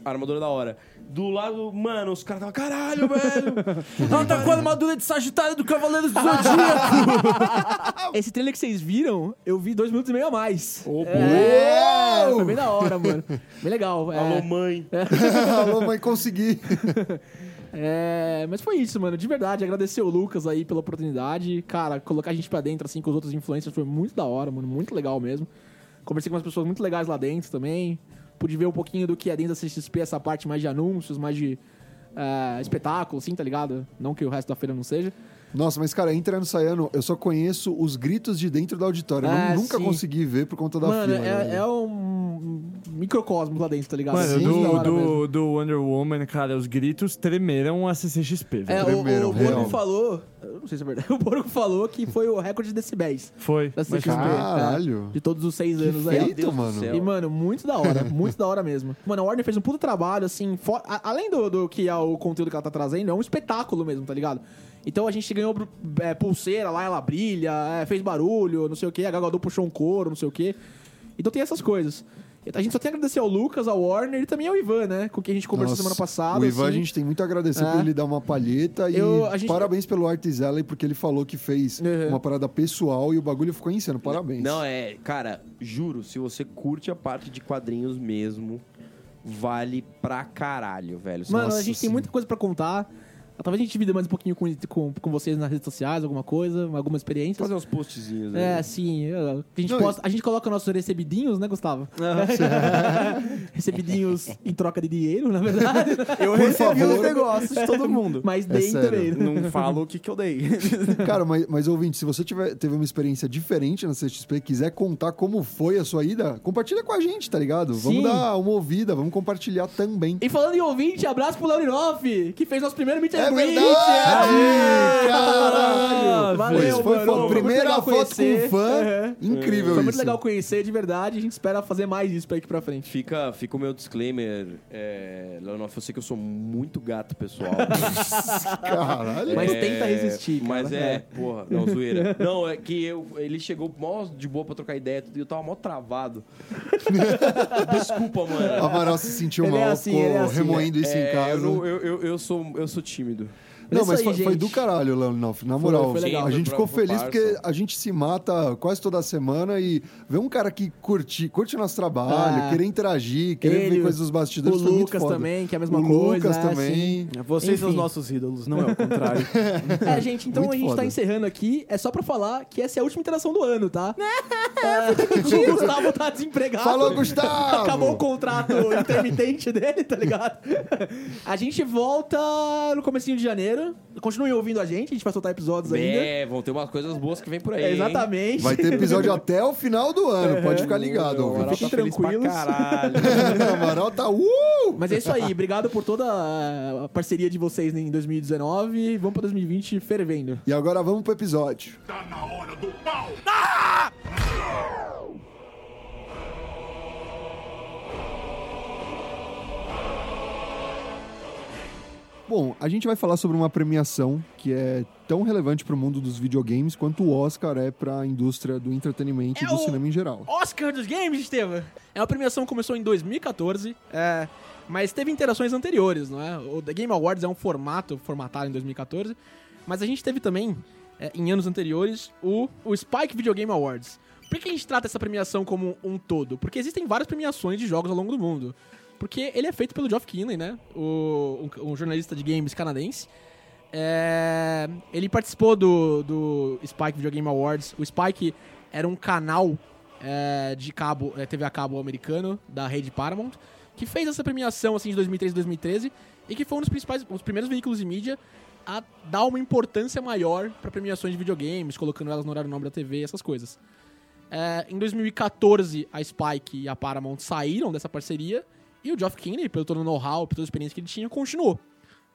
Speaker 5: armadura da hora. Do lado, mano, os caras tava, caralho, velho.
Speaker 4: Ela tá com a armadura de Sagitário do Cavaleiro do Zodíaco.
Speaker 8: Esse trailer que vocês viram, eu vi dois minutos e meio a mais.
Speaker 2: É,
Speaker 8: Foi bem da hora, mano. Bem legal. é.
Speaker 5: Alô, mãe.
Speaker 2: Alô, mãe, consegui.
Speaker 8: É, mas foi isso, mano. De verdade, agradecer o Lucas aí pela oportunidade. Cara, colocar a gente pra dentro, assim, com os outros influencers foi muito da hora, mano. Muito legal mesmo. Conversei com umas pessoas muito legais lá dentro também. pude ver um pouquinho do que é dentro da CXP, essa parte mais de anúncios, mais de ah, espetáculo, assim, tá ligado? Não que o resto da feira não seja.
Speaker 2: Nossa, mas cara, entrando e saindo, eu só conheço os gritos de dentro do auditório. Eu
Speaker 8: Ah,
Speaker 2: não- nunca
Speaker 8: sim.
Speaker 2: consegui ver por conta da né?
Speaker 8: Mano,
Speaker 2: fila.
Speaker 8: é,
Speaker 2: velho.
Speaker 8: é um microcosmo lá dentro, tá ligado?
Speaker 5: Mano,
Speaker 8: Muito da
Speaker 5: do,
Speaker 8: hora mesmo.
Speaker 5: do, do Wonder Woman, cara, os gritos tremeram a CCXP. velho.
Speaker 8: É, o,
Speaker 2: Primeiro,
Speaker 8: o, o
Speaker 2: real.
Speaker 8: Borgo falou. Eu não sei se é verdade. O Borgo falou que foi o recorde de decibéis
Speaker 5: Foi.
Speaker 8: da CXP.
Speaker 2: caralho.
Speaker 8: é, de todos os seis anos aí.
Speaker 2: Feito, mano.
Speaker 9: céu.
Speaker 8: E, mano, muito da hora, muito da hora mesmo. Mano, a Warner fez um puto trabalho, assim, fo- a- além do, do que é o conteúdo que ela tá trazendo, é um espetáculo mesmo, tá ligado? Então a gente ganhou é, pulseira lá, ela brilha, é, fez barulho, não sei o que, a Gagador puxou um couro, não sei o que. Então tem essas coisas. A gente só tem a agradecer ao Lucas, ao Warner e também ao Ivan, né? Com quem a gente conversou
Speaker 2: Nossa,
Speaker 8: semana passada.
Speaker 2: O Ivan,
Speaker 8: assim.
Speaker 2: a gente tem muito a agradecer
Speaker 8: É.
Speaker 2: por ele dar uma palheta.
Speaker 8: Eu- a
Speaker 2: e
Speaker 8: gente-
Speaker 2: parabéns pelo Artes Alley, porque ele falou que fez
Speaker 8: Uhum.
Speaker 2: uma parada pessoal e o bagulho ficou insano. Parabéns.
Speaker 7: Não, é, cara, juro, se você curte a parte de quadrinhos mesmo, vale pra caralho, velho.
Speaker 8: Mano,
Speaker 2: Nossa,
Speaker 8: a gente tem
Speaker 2: sim.
Speaker 8: muita coisa pra contar. Talvez a gente divida mais um pouquinho com, com, com vocês nas redes sociais, alguma coisa, alguma experiência.
Speaker 7: fazer uns postzinhos, né?
Speaker 8: É, sim. eu- A gente,
Speaker 2: Não,
Speaker 8: posta- a gente coloca nossos recebidinhos, né, Gustavo? recebidinhos em troca de dinheiro, na verdade.
Speaker 9: Eu
Speaker 2: Por
Speaker 9: recebi os
Speaker 2: favor.
Speaker 9: negócios de todo mundo.
Speaker 8: Mas
Speaker 2: É
Speaker 8: deem
Speaker 2: sério.
Speaker 8: também. né?
Speaker 9: Não falo o que, que eu dei.
Speaker 2: Cara, mas, mas ouvinte, se você tiver, teve uma experiência diferente na CXP, quiser contar como foi a sua ida, compartilha com a gente, tá ligado?
Speaker 8: Sim.
Speaker 2: Vamos dar uma ouvida, vamos compartilhar também.
Speaker 8: E falando em ouvinte, abraço pro Laurinoff, que fez nosso primeiro meet and
Speaker 2: É
Speaker 8: greet.
Speaker 2: verdade!
Speaker 8: Aê!
Speaker 2: Caralho!
Speaker 8: Valeu,
Speaker 2: Pois foi
Speaker 8: mano.
Speaker 2: pô, a
Speaker 8: Foi muito
Speaker 2: primeira
Speaker 8: legal
Speaker 2: foto com
Speaker 8: conhecer.
Speaker 2: um fã.
Speaker 8: Uhum.
Speaker 2: Incrível
Speaker 8: Foi
Speaker 2: isso.
Speaker 8: muito legal conhecer, de verdade. A gente espera fazer mais isso pra aqui pra frente.
Speaker 7: Fica, fica o meu disclaimer, é, Leonoff, eu sei que eu sou muito gato, pessoal.
Speaker 2: Caralho.
Speaker 8: Mas
Speaker 7: É,
Speaker 8: tenta resistir, cara.
Speaker 7: Mas é, porra, não, zoeira. Não, é que eu, ele chegou mó de boa pra trocar ideia tudo, e eu tava mó travado. Desculpa,
Speaker 2: O
Speaker 7: mano.
Speaker 2: Amaral se sentiu
Speaker 8: Ele é
Speaker 2: mal,
Speaker 8: assim, ele
Speaker 2: ficou
Speaker 8: é assim,
Speaker 2: remoendo isso em
Speaker 7: É,
Speaker 2: casa.
Speaker 7: eu, não- eu, eu, eu sou, eu sou tímido.
Speaker 2: Não,
Speaker 8: Isso
Speaker 2: mas
Speaker 8: aí,
Speaker 2: foi, foi
Speaker 8: gente.
Speaker 2: do caralho, Leonoff, na moral.
Speaker 8: foi legal.
Speaker 2: a gente
Speaker 7: Foi
Speaker 2: ficou
Speaker 7: pra- foi
Speaker 2: feliz
Speaker 7: parça.
Speaker 2: porque a gente se mata quase toda semana e ver um cara que curte, curte o nosso trabalho,
Speaker 8: Ah.
Speaker 2: querer interagir, querer
Speaker 8: Ele,
Speaker 2: ver coisas dos
Speaker 8: O
Speaker 2: bastidores. foi muito
Speaker 8: Lucas
Speaker 2: foda.
Speaker 8: também, que é a mesma
Speaker 2: O
Speaker 8: coisa.
Speaker 2: Lucas
Speaker 8: assim.
Speaker 2: também.
Speaker 9: Vocês são os
Speaker 8: Enfim.
Speaker 9: nossos ídolos, não é o contrário.
Speaker 8: É, gente, então
Speaker 2: Muito
Speaker 8: a gente
Speaker 2: foda.
Speaker 8: tá encerrando aqui. É só pra falar que essa é a última interação do ano, tá? é, o Gustavo tá desempregado.
Speaker 2: Falou, Gustavo!
Speaker 8: Acabou o contrato intermitente dele, tá ligado? A gente volta no comecinho de janeiro. Continuem ouvindo a gente, a gente vai soltar episódios ainda.
Speaker 7: É, vão ter umas coisas boas que vem por aí.
Speaker 8: É,
Speaker 7: hein?
Speaker 8: exatamente.
Speaker 2: Vai ter episódio até o final do ano, pode ficar ligado.
Speaker 7: O Amaral
Speaker 2: ouvinte.
Speaker 8: Fiquem
Speaker 7: tá feliz pra
Speaker 8: tranquilos.
Speaker 7: caralho.
Speaker 2: O Amaral tá. Uh!
Speaker 8: Mas é isso aí, obrigado por toda a parceria de vocês em 2019. Vamos pra 2020 fervendo.
Speaker 2: E agora vamos pro episódio.
Speaker 8: Ah!
Speaker 2: Bom, a gente vai falar sobre uma premiação que é tão relevante para o mundo dos videogames quanto o Oscar é para a indústria do entretenimento e
Speaker 8: É
Speaker 2: do
Speaker 8: o-
Speaker 2: cinema em geral.
Speaker 8: Oscar dos games, Estevam. É uma premiação que começou em 2014, é, mas teve interações anteriores, não é? O The Game Awards é um formato formatado em 2014, mas a gente teve também, é, em anos anteriores, o, o Spike Video Game Awards. Por que a gente trata essa premiação como um todo? Porque existem várias premiações de jogos ao longo do mundo. Porque ele é feito pelo Geoff Keighley, né? O, um, um jornalista de games canadense. É, ele participou do, do Spike Video Game Awards. O Spike era um canal é, de cabo, é, TV a cabo americano da rede Paramount, que fez essa premiação assim de 2013 2013 e que foi um dos principais, os primeiros veículos de mídia a dar uma importância maior para premiações de videogames, colocando elas no horário nobre da TV, essas coisas. É, em 2014, a Spike e a Paramount saíram dessa parceria e o Geoff Keighley, pelo todo o know-how, pela toda a experiência que ele tinha, continuou.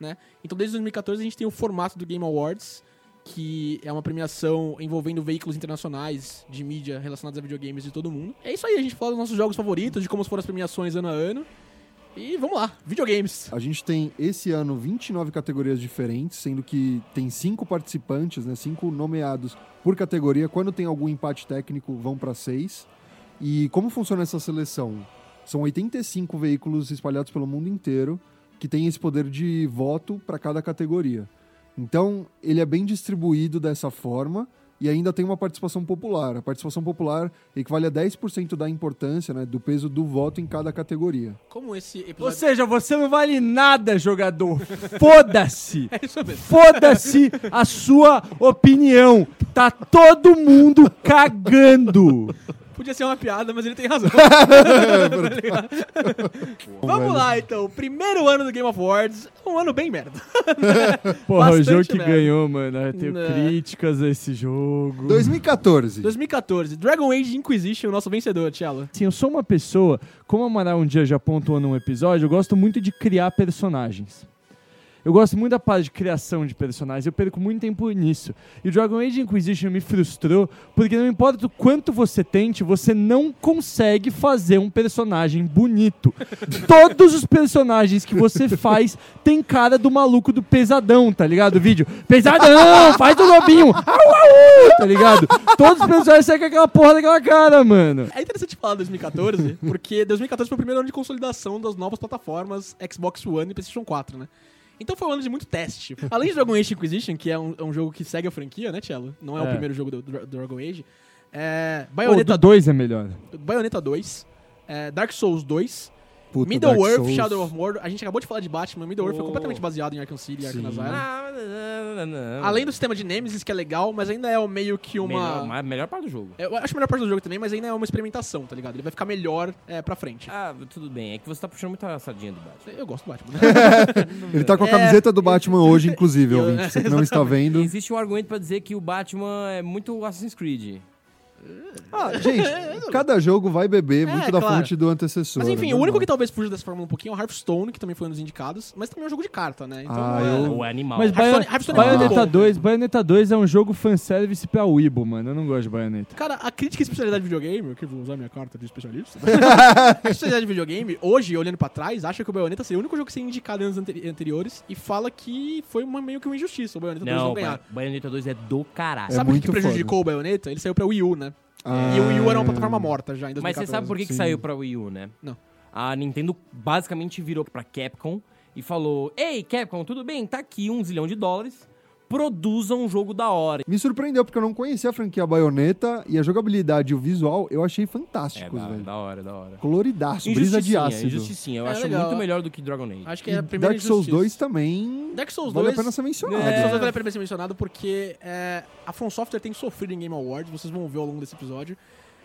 Speaker 8: Né? Então, desde 2014, a gente tem o formato do Game Awards, que é uma premiação envolvendo veículos internacionais de mídia relacionados a videogames de todo mundo. É isso aí, a gente fala dos nossos jogos favoritos, de como foram as premiações ano a ano. E vamos lá, videogames.
Speaker 2: A gente tem esse ano 29 categorias diferentes, sendo que tem cinco participantes, né? Cinco nomeados por categoria. Quando tem algum empate técnico, vão para seis. E como funciona essa seleção? São 85 veículos espalhados pelo mundo inteiro que tem esse poder de voto para cada categoria. Então, ele é bem distribuído dessa forma e ainda tem uma participação popular. A participação popular equivale a 10% da importância, né, do peso do voto em cada categoria.
Speaker 8: Como esse episódio...
Speaker 4: Uhum. Ou seja, você não vale nada, jogador. Foda-se.
Speaker 8: É isso mesmo.
Speaker 4: Foda-se a sua opinião. Tá todo mundo cagando.
Speaker 8: podia ser uma piada, mas ele tem razão. Tá ligado? Vamos lá, então. Primeiro ano do Game of Awards, um ano bem merda.
Speaker 4: Porra, o
Speaker 8: Bastante
Speaker 4: jogo que
Speaker 8: merda.
Speaker 4: ganhou, mano. Eu tenho
Speaker 8: Né.
Speaker 4: críticas a esse jogo.
Speaker 2: 2014.
Speaker 8: 2014, Dragon Age Inquisition, o nosso vencedor, Tchelo.
Speaker 4: Assim, eu sou uma pessoa, como a Amaral um dia já pontuou num episódio, eu gosto muito de criar personagens. Eu gosto muito da parte de criação de personagens, eu perco muito tempo nisso. E o Dragon Age Inquisition me frustrou, porque não importa o quanto você tente, você não consegue fazer um personagem bonito. Todos os personagens que você faz tem cara do maluco do pesadão, tá ligado? O vídeo, pesadão, faz o lobinho, au, au, tá ligado? Todos os personagens saem com aquela porra daquela cara, mano.
Speaker 8: É interessante falar 2014, porque 2014 foi o primeiro ano de consolidação das novas plataformas Xbox One e PlayStation 4, né? Então foi um ano de muito teste. Além de Dragon Age Inquisition, que é um, é um jogo que segue a franquia, né, Tchelo? Não é, o
Speaker 4: É.
Speaker 8: primeiro jogo do, do Dragon Age. É,
Speaker 4: O
Speaker 8: Bayonetta,
Speaker 4: do 2 é melhor.
Speaker 8: Bayonetta 2, é, Dark Souls 2,
Speaker 2: Puta,
Speaker 8: Middle
Speaker 2: Dark
Speaker 8: Earth,
Speaker 2: Souls.
Speaker 8: Shadow of Mordor. A gente acabou de falar de Batman. Middle Earth foi
Speaker 5: Oh.
Speaker 8: completamente baseado em Arkham City e Arkham Asylum.
Speaker 5: Ah, não, não, não.
Speaker 8: Além do sistema de Nemesis, que é legal, mas ainda é o meio que uma...
Speaker 5: Melhor, mas melhor parte do jogo.
Speaker 8: Eu acho a melhor parte do jogo também, mas ainda é uma experimentação, tá ligado? Ele vai ficar melhor é, pra frente.
Speaker 5: Ah, tudo bem. É que você tá puxando muita sardinha do Batman.
Speaker 8: Eu gosto do Batman. né?
Speaker 2: Ele tá com a
Speaker 8: É.
Speaker 2: camiseta do Batman hoje, inclusive, ouvinte. Você que não está vendo.
Speaker 5: Existe um argumento pra dizer que o Batman é muito Assassin's Creed.
Speaker 2: Ah, gente, cada jogo vai beber
Speaker 8: É,
Speaker 2: muito da
Speaker 8: claro.
Speaker 2: fonte do antecessor.
Speaker 8: mas enfim,
Speaker 2: né?
Speaker 8: o único que talvez fuja dessa fórmula um pouquinho é o Hearthstone, que também foi um dos indicados, mas também é um jogo de carta, né? Então,
Speaker 2: Ah,
Speaker 8: é-
Speaker 2: eu-
Speaker 5: Ou é animal.
Speaker 4: Mas
Speaker 8: Hearthstone-
Speaker 4: Bayo-
Speaker 8: Hearthstone é muito
Speaker 4: Bayonetta
Speaker 8: bom.
Speaker 4: 2, Bayonetta 2 é um jogo fanservice pra Weibo, mano. Eu não gosto de Bayonetta.
Speaker 8: Cara, a crítica e especialidade de videogame, que eu vou usar minha carta de especialista. a especialidade de videogame, hoje, olhando pra trás, acha que o Bayonetta seria o único jogo que seria indicado em anos anteri- anteriores e fala que foi uma, meio que uma injustiça o Bayonetta 2 não
Speaker 5: Não,
Speaker 8: ganhar.
Speaker 5: Ba- Bayonetta 2 é do caralho.
Speaker 8: Sabe o que
Speaker 2: muito
Speaker 8: prejudicou o Bayonetta? Ele saiu pra Wii U, né?
Speaker 2: Ah.
Speaker 8: E o Wii U era uma plataforma morta já em 2014.
Speaker 5: Mas você sabe por que, que
Speaker 2: sim.
Speaker 5: saiu pra Wii U, né?
Speaker 8: Não.
Speaker 5: A Nintendo basicamente virou pra Capcom e falou: Ei, Capcom, tudo bem? Tá aqui um zilhão de dólares. Produza um jogo da hora.
Speaker 2: Me surpreendeu, porque eu não conhecia a franquia Bayonetta e a jogabilidade e o visual eu achei
Speaker 5: É,
Speaker 2: fantásticos,
Speaker 5: da,
Speaker 2: velho.
Speaker 5: da hora, da hora.
Speaker 2: Coloridaço, brisa de ácido.
Speaker 5: Injusticinha. Eu
Speaker 8: É,
Speaker 5: acho
Speaker 8: legal.
Speaker 5: muito melhor do que Dragon Age.
Speaker 8: Acho que é a
Speaker 2: E
Speaker 8: primeira
Speaker 2: Dark Souls
Speaker 8: injustiça.
Speaker 2: 2 também
Speaker 8: Dark Souls 2.
Speaker 2: vale a pena ser mencionado.
Speaker 8: Dark Souls 2 vale a pena ser mencionado porque é, a From Software tem sofrido em Game Awards, vocês vão ver ao longo desse episódio.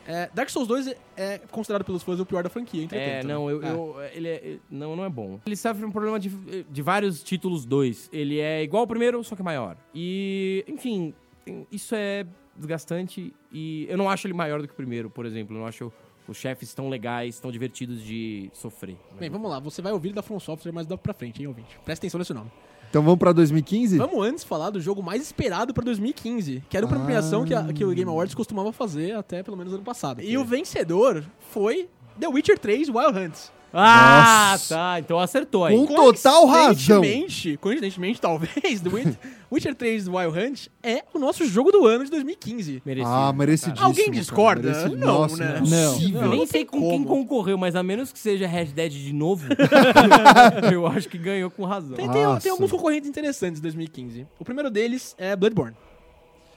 Speaker 8: É, Dark Souls 2 é- é considerado pelos fãs o pior da franquia,
Speaker 5: É,
Speaker 8: entretanto.
Speaker 5: não, eu,
Speaker 8: É.
Speaker 5: eu- ele é, não, não é bom. Ele sofre um problema de, de vários títulos dois. Ele é igual ao primeiro, só que maior. E, enfim, tem- isso é desgastante e eu não acho ele maior do que o primeiro, por exemplo. Eu não acho os chefes tão legais, tão divertidos de sofrer. né?
Speaker 8: Bem, vamos lá, você vai ouvir da From Software mais dá pra frente, hein, ouvinte? Presta atenção nesse nome.
Speaker 2: Então vamos pra 2015?
Speaker 8: Vamos antes falar do jogo mais esperado pra 2015, que era uma
Speaker 2: Ah.
Speaker 8: premiação que, a- que o Game Awards costumava fazer até pelo menos ano passado. E o vencedor foi The Witcher 3 Wild Hunt.
Speaker 5: Ah, tá. Então acertou aí.
Speaker 2: Com total razão.
Speaker 8: Coincidentemente, coincidentemente, talvez, do Wit- Witcher 3 Wild Hunt é o nosso jogo do ano de 2015.
Speaker 5: Merecido.
Speaker 2: Ah, merecidíssimo.
Speaker 8: Alguém
Speaker 2: cara,
Speaker 8: discorda?
Speaker 2: merecido.
Speaker 8: Não,
Speaker 2: Nossa,
Speaker 8: né?
Speaker 2: impossível.
Speaker 5: Eu nem
Speaker 8: não tem
Speaker 5: sei com quem
Speaker 8: como.
Speaker 5: concorreu, mas a menos que seja Red Dead de novo, eu acho que ganhou com razão.
Speaker 8: Tem, tem-
Speaker 2: Nossa.
Speaker 8: tem alguns concorrentes interessantes em 2015. O primeiro deles é Bloodborne.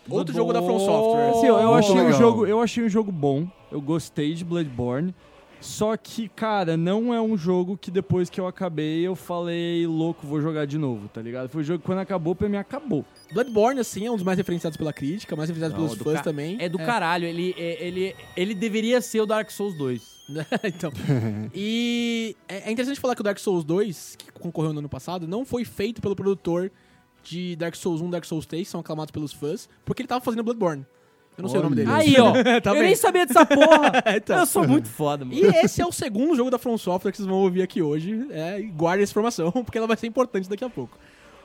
Speaker 8: Outro jogo da From
Speaker 4: Assim,
Speaker 8: Software.
Speaker 4: eu, eu achei um
Speaker 2: legal.
Speaker 4: jogo, eu achei um jogo bom. Eu gostei de Bloodborne. Só que, cara, não é um jogo que depois que eu acabei, eu falei, louco, vou jogar de novo, tá ligado? Foi um jogo que quando acabou, pra mim acabou.
Speaker 8: Bloodborne, assim, é um dos mais referenciados pela crítica, mais referenciado
Speaker 5: Não,
Speaker 8: pelos
Speaker 5: do
Speaker 8: fãs
Speaker 5: ca-
Speaker 8: também.
Speaker 5: É do caralho, ele, é- ele, ele deveria ser o Dark Souls 2.
Speaker 8: então. E é é interessante falar que o Dark Souls 2, que concorreu no ano passado, não foi feito pelo produtor de Dark Souls 1 Dark Souls 3, que são aclamados pelos fãs, porque ele tava fazendo Bloodborne. Eu não sei o nome
Speaker 2: Olha.
Speaker 8: dele.
Speaker 5: Aí, ó,
Speaker 8: Tá
Speaker 5: eu
Speaker 8: bem.
Speaker 5: nem sabia dessa porra.
Speaker 8: Então.
Speaker 5: Eu sou muito foda, mano.
Speaker 8: E esse é o segundo jogo da From Software que vocês vão ouvir aqui hoje. É, e guardem essa informação, porque ela vai ser importante daqui a pouco.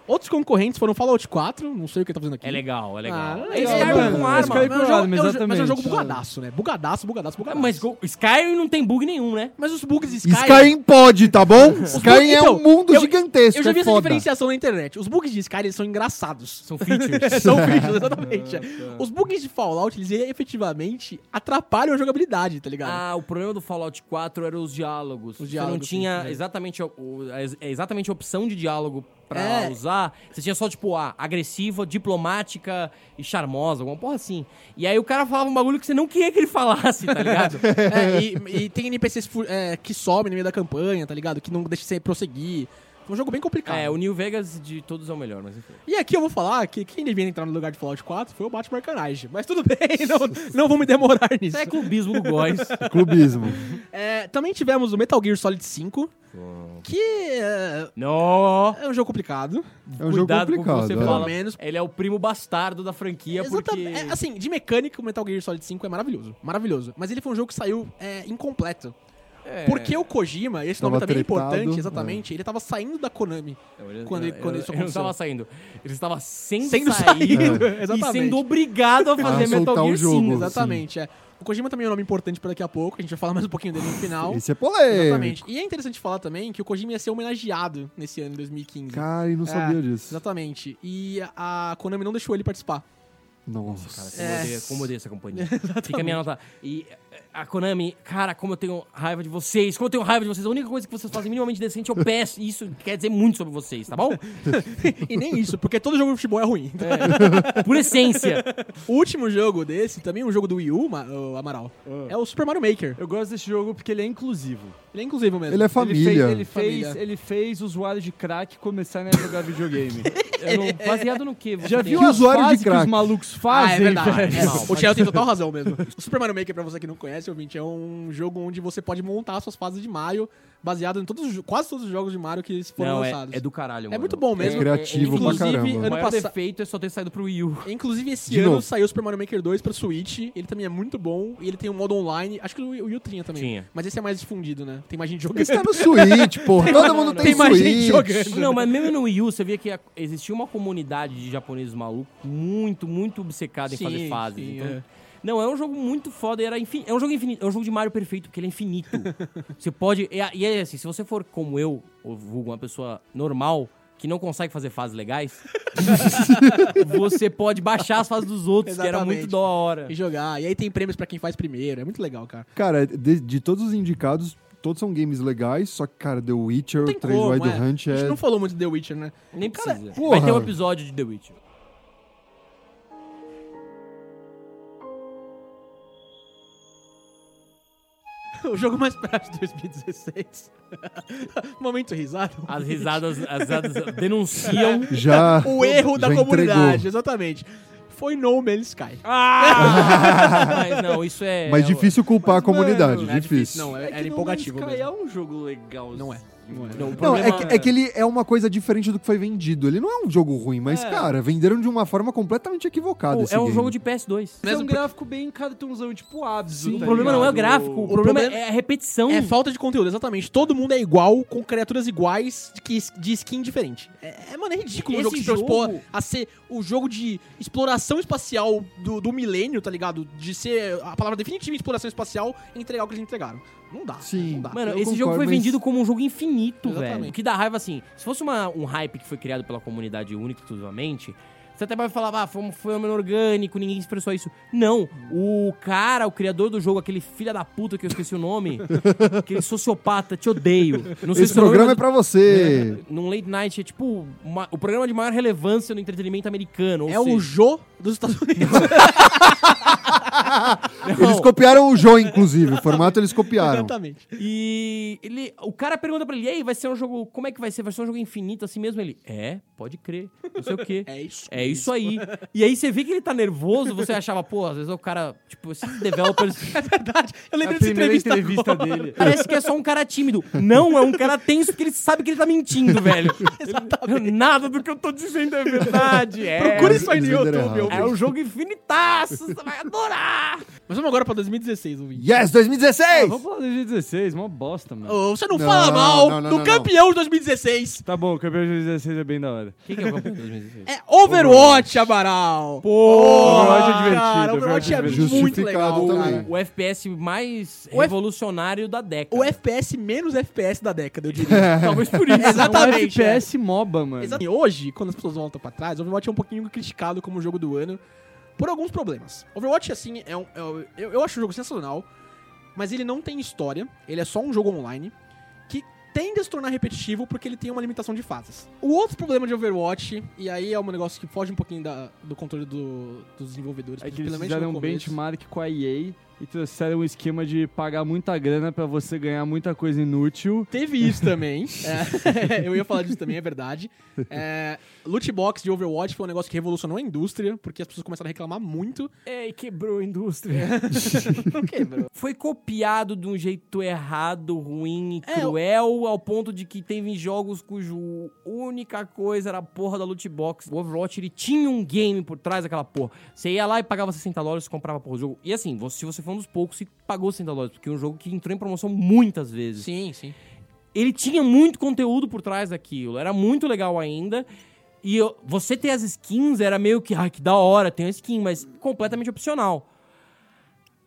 Speaker 8: Outros concorrentes foram Fallout 4, não sei o que ele tá fazendo aqui.
Speaker 5: É legal, é
Speaker 8: Ah,
Speaker 5: legal.
Speaker 8: legal,
Speaker 5: Skyrim
Speaker 8: mano.
Speaker 5: com
Speaker 4: Mas
Speaker 5: arma.
Speaker 4: Skyrim-
Speaker 8: Mas, é um jogo- é um
Speaker 5: Mas,
Speaker 8: jogo- mas é um
Speaker 4: Exatamente.
Speaker 8: jogo bugadaço, né? Bugadaço, bugadaço, bugadaço.
Speaker 5: go- Skyrim não tem bug nenhum, né?
Speaker 8: Mas os bugs de Skyrim...
Speaker 2: Skyrim pode, tá bom? Skyrim é
Speaker 8: Então,
Speaker 2: um mundo
Speaker 8: eu-
Speaker 2: gigantesco,
Speaker 8: Eu já vi
Speaker 2: é
Speaker 8: essa
Speaker 2: foda.
Speaker 8: diferenciação na internet. Os bugs de Skyrim são engraçados.
Speaker 5: São features.
Speaker 8: São features, exatamente. é. Os bugs de Fallout, eles efetivamente atrapalham a jogabilidade, tá ligado?
Speaker 5: ah, o problema do Fallout 4 eram os diálogos.
Speaker 8: Os diálogos,
Speaker 5: Você não tinha
Speaker 8: sim, é.
Speaker 5: exatamente, o- o- a ex- é exatamente a opção de diálogo pra
Speaker 8: É.
Speaker 5: usar. Você tinha só, tipo, a agressiva, diplomática e charmosa, alguma porra assim. E aí o cara falava um bagulho que você não queria que ele falasse, tá ligado?
Speaker 8: É, e, e tem NPCs fu- é, que sobem no meio da campanha, tá ligado? Que não deixa você prosseguir. É um jogo bem complicado.
Speaker 5: É, o New Vegas de todos é o melhor, mas enfim.
Speaker 8: E aqui eu vou falar que quem devia entrar no lugar de Fallout 4 foi o Batman Arcanage. Mas tudo bem, não, não vou me demorar nisso.
Speaker 5: Isso é clubismo do Góis.
Speaker 2: Clubismo.
Speaker 8: É, também tivemos o Metal Gear Solid 5,
Speaker 2: Hum.
Speaker 8: que é,
Speaker 5: Não!
Speaker 8: é um jogo complicado.
Speaker 2: É um
Speaker 5: Cuidado
Speaker 2: jogo
Speaker 5: com o que você
Speaker 2: complicado.
Speaker 8: Pelo
Speaker 5: fala.
Speaker 8: menos.
Speaker 5: Ele é o primo bastardo da franquia,
Speaker 8: Exatamente.
Speaker 5: porque...
Speaker 8: É, assim, de mecânica, o Metal Gear Solid 5 é maravilhoso. Maravilhoso. Mas ele foi um jogo que saiu é, incompleto. Porque o Kojima, esse
Speaker 2: É. Tava
Speaker 8: nome também é
Speaker 2: tretado, né?
Speaker 8: importante, exatamente, ele tava saindo da Konami. assim, Quando ele- quando isso
Speaker 5: ele
Speaker 8: aconteceu.
Speaker 5: não estava saindo. Ele estava sendo,
Speaker 8: Sendo
Speaker 5: saído,
Speaker 8: saído,
Speaker 5: e
Speaker 8: exatamente.
Speaker 5: sendo obrigado a fazer Metal
Speaker 2: soltar o
Speaker 5: Gear
Speaker 2: jogo.
Speaker 5: 5.
Speaker 8: Exatamente, é. O Kojima também é um nome importante pra daqui a pouco, a gente vai falar mais um pouquinho dele no final.
Speaker 2: Esse é polêmico.
Speaker 8: Exatamente. E é interessante falar também que o Kojima ia ser homenageado nesse ano, em 2015.
Speaker 2: Cara, e não sabia disso.
Speaker 8: Exatamente. E a Konami não deixou ele participar.
Speaker 2: Nossa.
Speaker 5: Como eu odeio- como eu odeio essa companhia. Fica a minha nota. E eh, a Konami, cara, como eu tenho raiva de vocês, como eu tenho raiva de vocês, a única coisa que vocês fazem minimamente decente é o PES. E isso quer dizer muito sobre vocês, tá bom?
Speaker 8: e nem isso, porque todo jogo de futebol é ruim. Então,
Speaker 5: Por essência.
Speaker 8: O último jogo desse, também um jogo do Wii U, Ma- ô, Amaral,
Speaker 2: Ah.
Speaker 8: é o Super Mario Maker.
Speaker 1: Eu gosto desse jogo porque ele é inclusivo.
Speaker 8: Ele é inclusivo mesmo.
Speaker 2: Ele é família.
Speaker 1: Ele fez, ele fez,
Speaker 8: Família.
Speaker 1: ele fez usuário de crack começarem a jogar videogame.
Speaker 5: Eu não- baseado no quê? Você
Speaker 1: Já
Speaker 5: tem-
Speaker 1: viu
Speaker 2: Que
Speaker 1: as
Speaker 2: usuário de
Speaker 1: fases que os
Speaker 2: crack?
Speaker 1: malucos
Speaker 8: Ah, é
Speaker 1: fazem,
Speaker 8: verdade.
Speaker 1: velho?
Speaker 8: É,
Speaker 5: Não,
Speaker 8: o Thiago tem total razão mesmo. O Super Mario Maker, pra você que não conhece, ouvinte, é um jogo onde você pode montar suas fases de Mario baseado em todos, os jo- quase todos os jogos de Mario que foram
Speaker 5: Não, é,
Speaker 8: lançados.
Speaker 5: é do caralho,
Speaker 8: É
Speaker 5: mano.
Speaker 8: muito bom
Speaker 2: É
Speaker 8: mesmo.
Speaker 2: criativo pra
Speaker 8: inclusive,
Speaker 5: O
Speaker 2: caramba.
Speaker 8: ano
Speaker 5: maior
Speaker 8: passado-
Speaker 5: defeito é só ter saído pro Wii U.
Speaker 8: Inclusive, esse
Speaker 2: De
Speaker 8: ano
Speaker 2: novo.
Speaker 8: saiu o Super Mario Maker 2 pra Switch. Ele também é muito bom. E ele tem um modo online. Acho que o Wii o Wii U tinha também.
Speaker 5: Tinha.
Speaker 8: Mas esse é mais difundido, né? Tem mais gente jogando.
Speaker 2: Esse tá no Switch, porra. Todo mundo tem,
Speaker 8: Tem mais gente
Speaker 2: Switch.
Speaker 8: jogando.
Speaker 5: Não, mas mesmo no Wii U, você via que a- existia uma comunidade de japoneses malucos muito, muito obcecada em
Speaker 8: Sim,
Speaker 5: fazer fases.
Speaker 8: sim,
Speaker 5: então-
Speaker 8: é.
Speaker 5: Não, é um jogo muito foda. Era infin... É um jogo infinito. É um jogo de Mario perfeito, porque ele é infinito. você pode. E é- e é assim, se você for como eu, ou vulgo, uma pessoa normal. Que não consegue fazer fases legais, você pode baixar as fases dos outros, que era
Speaker 8: Exatamente.
Speaker 5: muito da hora.
Speaker 2: é.
Speaker 8: E jogar. E aí tem prêmios pra quem faz primeiro. É muito legal, cara.
Speaker 2: Cara, de, de todos os indicados, todos são games legais, só que, cara, The Witcher,
Speaker 8: Não tem
Speaker 2: 3
Speaker 8: como,
Speaker 2: Wild
Speaker 8: é.
Speaker 2: Hunt
Speaker 8: A gente
Speaker 2: é...
Speaker 8: não falou muito de The Witcher, né?
Speaker 5: Nem precisa.
Speaker 2: porra.
Speaker 5: Vai ter um episódio de The Witch.
Speaker 8: O jogo mais prático de 2016. Momento risado.
Speaker 2: Ah,
Speaker 5: As risadas, as risadas denunciam.
Speaker 2: Já,
Speaker 8: O erro da
Speaker 2: já
Speaker 8: comunidade,
Speaker 2: entregou.
Speaker 8: exatamente. Foi No Man's Sky.
Speaker 5: Ah! Mas não, isso é.
Speaker 2: Mas difícil culpar a comunidade,
Speaker 8: Não é
Speaker 2: difícil.
Speaker 8: Não,
Speaker 1: É
Speaker 8: é, era
Speaker 1: que No Man's
Speaker 8: empolgativo
Speaker 1: Sky
Speaker 8: mesmo.
Speaker 1: é um jogo legal.
Speaker 8: Não é. Não é.
Speaker 5: Não, o
Speaker 2: Não, é,
Speaker 5: problema-
Speaker 2: que- é que ele é uma coisa diferente do que foi vendido. Ele não é um jogo ruim, mas, cara, venderam de uma forma completamente equivocada
Speaker 5: Pô,
Speaker 2: esse
Speaker 5: é um
Speaker 2: game.
Speaker 5: jogo de PS2.
Speaker 1: Mas é um gráfico bem cartãozão, tipo Abzu.
Speaker 5: o problema não é o gráfico, o, problema,
Speaker 8: tá problema-
Speaker 5: é a repetição.
Speaker 8: É falta de conteúdo, exatamente. Todo mundo é igual, com criaturas iguais, de, que- de skin diferente. É, é, mano, é ridículo
Speaker 5: Esse
Speaker 8: o jogo que se
Speaker 5: jogo-
Speaker 8: propôs a ser o jogo de exploração espacial do, do milênio, tá ligado? De ser a palavra definitiva em exploração espacial e entregar o que eles entregaram. Não dá.
Speaker 2: Sim.
Speaker 8: Não dá.
Speaker 5: Mano,
Speaker 2: Eu
Speaker 5: esse
Speaker 2: concordo,
Speaker 5: jogo foi
Speaker 2: mas-
Speaker 5: vendido como um jogo infinito,
Speaker 8: Exatamente.
Speaker 5: velho. O que dá raiva, assim, se fosse uma- um hype que foi criado pela comunidade única exclusivamente, você até vai falar, ah, foi um fenômeno orgânico, ninguém expressou isso. Não, o cara, o criador do jogo, aquele filho da puta que eu esqueci o nome, aquele sociopata, te odeio. Não sei
Speaker 2: Esse
Speaker 5: se o nome,
Speaker 2: programa é
Speaker 5: mas-
Speaker 2: pra você.
Speaker 5: Num late night é tipo uma- o programa de maior relevância no entretenimento americano. ou
Speaker 8: É o
Speaker 5: seja-
Speaker 8: Jô dos Estados Unidos.
Speaker 2: Eles copiaram o jogo, inclusive. O formato eles copiaram.
Speaker 8: exatamente.
Speaker 5: E ele, o cara pergunta pra ele, e aí, vai ser um jogo, como é que vai ser? Vai ser um jogo infinito assim mesmo? Ele, é, pode crer, não sei o quê.
Speaker 8: É isso.
Speaker 5: É isso aí. E aí você vê que ele tá nervoso, você achava, pô, às vezes é o cara, tipo, esses developers...
Speaker 8: É verdade. Eu
Speaker 1: A
Speaker 8: lembrei dessa
Speaker 1: primeira
Speaker 8: entrevista,
Speaker 1: entrevista
Speaker 8: agora.
Speaker 1: dele.
Speaker 5: Parece que é só um cara tímido. Não, é um cara tenso que ele sabe que ele tá mentindo, velho. Ele, Nada do que eu tô dizendo é verdade. É,
Speaker 8: Procura isso aí no
Speaker 2: Eles venderam
Speaker 8: YouTube.
Speaker 2: errado.
Speaker 5: é um jogo infinitaço, você vai adorar.
Speaker 8: Mas vamos agora pra 2016, ouvinte.
Speaker 2: Yes,
Speaker 4: É,
Speaker 2: 2016!
Speaker 1: Vamos falar de 2016, mó bosta, mano.
Speaker 8: Ô, você não,
Speaker 2: Não,
Speaker 8: fala mal
Speaker 2: não, não,
Speaker 8: do
Speaker 2: não,
Speaker 8: campeão de 2016.
Speaker 1: Tá bom, o campeão de 2016 é bem da hora.
Speaker 5: O que, que é o campeão de 2016?
Speaker 8: É Overwatch, Amaral.
Speaker 1: Pô,
Speaker 8: Overwatch
Speaker 1: é divertido,
Speaker 8: Cara,
Speaker 1: Overwatch
Speaker 8: Overwatch
Speaker 1: é
Speaker 8: é
Speaker 2: divertido.
Speaker 8: muito
Speaker 2: Justificado
Speaker 8: legal,
Speaker 2: também.
Speaker 8: cara.
Speaker 5: O FPS mais
Speaker 8: O F-
Speaker 5: revolucionário da década.
Speaker 8: O FPS menos FPS da década, eu diria.
Speaker 5: Talvez por isso.
Speaker 1: É um
Speaker 8: Exatamente. é.
Speaker 1: FPS MOBA, mano.
Speaker 8: Exato. E hoje, quando as pessoas voltam pra trás, Overwatch é um pouquinho criticado como jogo do ano por alguns problemas. Overwatch, assim, é um, é um- eu, eu acho o jogo sensacional, mas ele não tem história, ele é só um jogo online que tende a se tornar repetitivo porque ele tem uma limitação de fases. O outro problema de Overwatch, e aí é um negócio que foge um pouquinho da- do controle do- dos desenvolvedores,
Speaker 1: É que eles
Speaker 8: principalmente
Speaker 1: fizeram
Speaker 8: no
Speaker 1: um
Speaker 8: começo.
Speaker 1: benchmark com a EA
Speaker 4: e trouxeram um esquema de pagar muita grana pra você ganhar muita coisa inútil.
Speaker 8: Teve isso também. É, eu ia falar disso também, é verdade. É, loot box de Overwatch foi um negócio que revolucionou a indústria, porque as pessoas começaram a reclamar muito.
Speaker 5: Ei, É, quebrou a indústria.
Speaker 8: Não É. quebrou.
Speaker 5: Foi copiado de um jeito errado, ruim e
Speaker 8: É, eu-
Speaker 5: cruel, ao ponto de que teve jogos cujo única coisa era a porra da loot box. O Overwatch, ele tinha um game por trás daquela porra. Você ia lá e pagava 60 dólares, comprava a porra do jogo. E assim, você- se você for um dos poucos, você pagou 60 dólares, porque é um jogo que entrou em promoção muitas vezes
Speaker 8: Sim, sim.
Speaker 5: ele tinha muito conteúdo por trás daquilo, era muito legal ainda. E eu- você ter as skins era meio que, ai, que da hora, tem a skin, mas completamente opcional.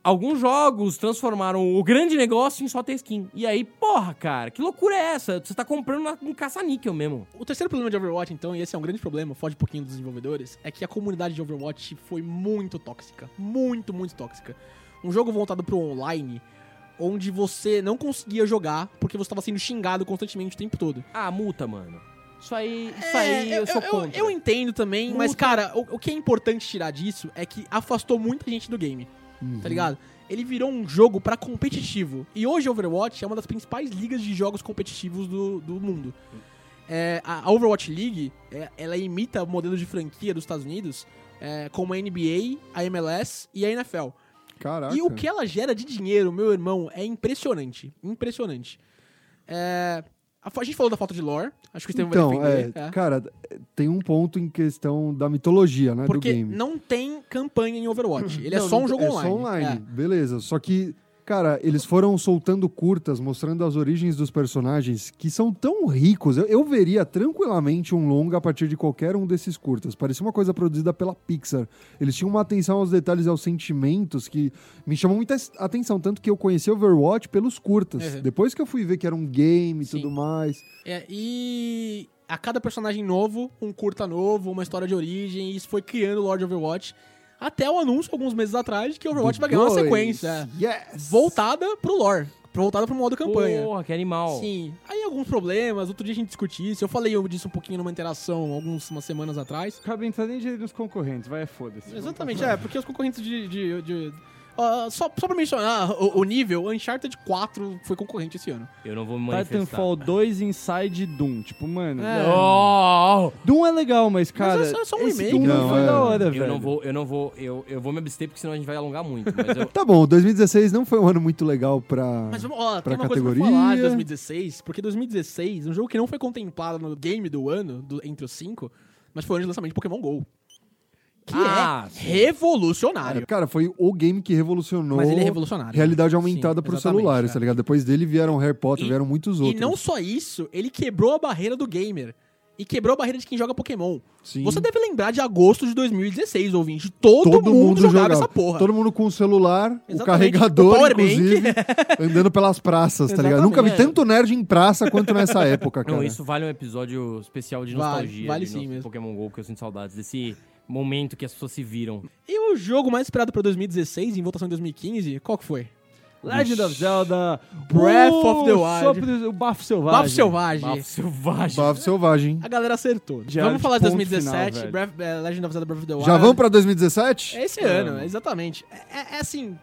Speaker 5: Alguns jogos transformaram o grande negócio em só ter skin. E aí, porra, cara, que loucura é essa? Você tá comprando na- um caça-níquel mesmo.
Speaker 8: O terceiro problema de Overwatch, então, e esse é um grande problema, foge um pouquinho dos desenvolvedores, é que a comunidade de Overwatch foi muito tóxica. Muito, muito tóxica. Um jogo voltado pro online, onde você não conseguia jogar porque você tava sendo xingado constantemente o tempo todo.
Speaker 5: Ah, multa, mano. Isso aí,
Speaker 8: É,
Speaker 5: isso aí eu, sou contra.
Speaker 8: eu entendo também, mas,
Speaker 5: Muito.
Speaker 8: cara, o, o que é importante tirar disso é que afastou muita gente do game,
Speaker 2: Uhum.
Speaker 8: tá ligado? Ele virou um jogo pra competitivo. E hoje Overwatch é uma das principais ligas de jogos competitivos do, do mundo. É, a a Overwatch League, é, ela imita modelos de franquia dos Estados Unidos, é, como a NBA, a MLS e a NFL.
Speaker 2: Caraca.
Speaker 8: E o que é ela gera de dinheiro, meu irmão, é impressionante. Impressionante. É, a, fa- a gente falou da falta de lore. Acho que o Estevam vai
Speaker 2: Então, é,
Speaker 8: defender. é.
Speaker 2: cara, tem um ponto em questão da mitologia, né, do
Speaker 8: Porque
Speaker 2: game.
Speaker 8: não tem campanha em Overwatch. Ele
Speaker 2: Não,
Speaker 8: é só
Speaker 2: não-
Speaker 8: um jogo
Speaker 2: é
Speaker 8: online.
Speaker 2: só online, beleza. Só que, cara, eles foram soltando curtas, mostrando as origens dos personagens, que são tão ricos. Eu, eu veria tranquilamente um longa a partir de qualquer um desses curtas. Parecia uma coisa produzida pela Pixar. Eles tinham uma atenção aos detalhes e aos sentimentos que me chamou muita es- atenção. Tanto que eu conheci Overwatch pelos curtas.
Speaker 8: Uhum.
Speaker 2: Depois que eu fui ver que era um game e
Speaker 8: Sim.
Speaker 2: tudo mais.
Speaker 8: É. É, e a cada personagem novo, um curta novo, uma história de origem, e isso foi criando o Lord Overwatch. Até o anúncio, alguns meses atrás, de que Overwatch vai ganhar uma
Speaker 2: Dois.
Speaker 8: sequência.
Speaker 2: Yes!
Speaker 8: Voltada pro lore. Voltada pro modo campanha.
Speaker 5: Porra, que animal.
Speaker 8: Sim. Aí alguns problemas, outro dia a gente discutiu isso. Eu falei disso um pouquinho numa interação algumas semanas atrás.
Speaker 4: Acaba entrando nem direito nos concorrentes, vai, é foda-se.
Speaker 8: Exatamente, é, porque os concorrentes de. de- de- Ah, só, só pra mencionar o, o nível, Uncharted 4 foi concorrente esse ano.
Speaker 5: Eu não vou me manifestar.
Speaker 4: Titanfall 2 Inside Doom. Tipo, mano.
Speaker 5: Oh,
Speaker 4: Doom é legal, mas, cara.
Speaker 8: é só- é só um
Speaker 4: esse
Speaker 8: remake,
Speaker 4: Doom não
Speaker 2: né?
Speaker 4: foi
Speaker 2: Não,
Speaker 4: da
Speaker 2: é.
Speaker 4: hora, velho.
Speaker 5: eu não vou, eu não vou, eu, eu vou me abster porque senão a gente vai alongar muito. Mas eu,
Speaker 2: Tá bom, 2016 não foi um ano muito legal pra...
Speaker 8: Mas vamos, ó,
Speaker 2: Pra
Speaker 8: tem uma coisa pra
Speaker 2: categoria.
Speaker 8: falar de 2016, porque 2016, um jogo que não foi contemplado no game do ano, do- entre os cinco, mas foi o ano de lançamento de Pokémon GO. Que
Speaker 5: Ah,
Speaker 8: é
Speaker 5: sim.
Speaker 8: revolucionário.
Speaker 2: Cara, foi o game que revolucionou...
Speaker 8: Mas ele é revolucionário.
Speaker 2: Realidade aumentada
Speaker 8: Sim,
Speaker 2: para os
Speaker 8: exatamente,
Speaker 2: celulares,
Speaker 8: é.
Speaker 2: tá ligado? Depois dele vieram Harry Potter,
Speaker 8: E-
Speaker 2: vieram muitos outros.
Speaker 8: E não só isso, ele quebrou a barreira do gamer. E quebrou a barreira de quem joga Pokémon.
Speaker 2: Sim.
Speaker 8: Você deve lembrar de agosto de 2016, ouvinte. Todo, mundo, jogava, essa porra.
Speaker 2: Todo mundo com o celular,
Speaker 8: Exatamente.
Speaker 2: o carregador,
Speaker 8: O power bank.
Speaker 2: inclusive, andando pelas praças, tá ligado? Nunca vi tanto nerd em praça quanto nessa época, cara.
Speaker 5: Não, isso vale um episódio especial de
Speaker 8: Vale,
Speaker 5: nostalgia
Speaker 8: vale
Speaker 5: de
Speaker 8: sim
Speaker 5: nosso
Speaker 8: mesmo.
Speaker 5: Pokémon GO, que eu sinto saudades desse momento que as pessoas se viram.
Speaker 8: E o jogo mais esperado pra 2016, em votação em 2015, qual que foi?
Speaker 4: Legend of Zelda.
Speaker 8: Breath
Speaker 4: o
Speaker 8: of the Wild.
Speaker 4: sopro- o Bafo Selvagem.
Speaker 8: Bafo Selvagem.
Speaker 5: Bafo selvagem.
Speaker 2: Bafo selvagem.
Speaker 8: A galera acertou.
Speaker 4: Já
Speaker 8: Vamos
Speaker 4: de
Speaker 8: falar de
Speaker 4: ponto
Speaker 8: 2017,
Speaker 4: final, velho.
Speaker 8: Breath- eh, Legend of Zelda Breath of the Wild.
Speaker 2: Já vamos pra 2017?
Speaker 8: É esse ano, exatamente. É, é- é assim,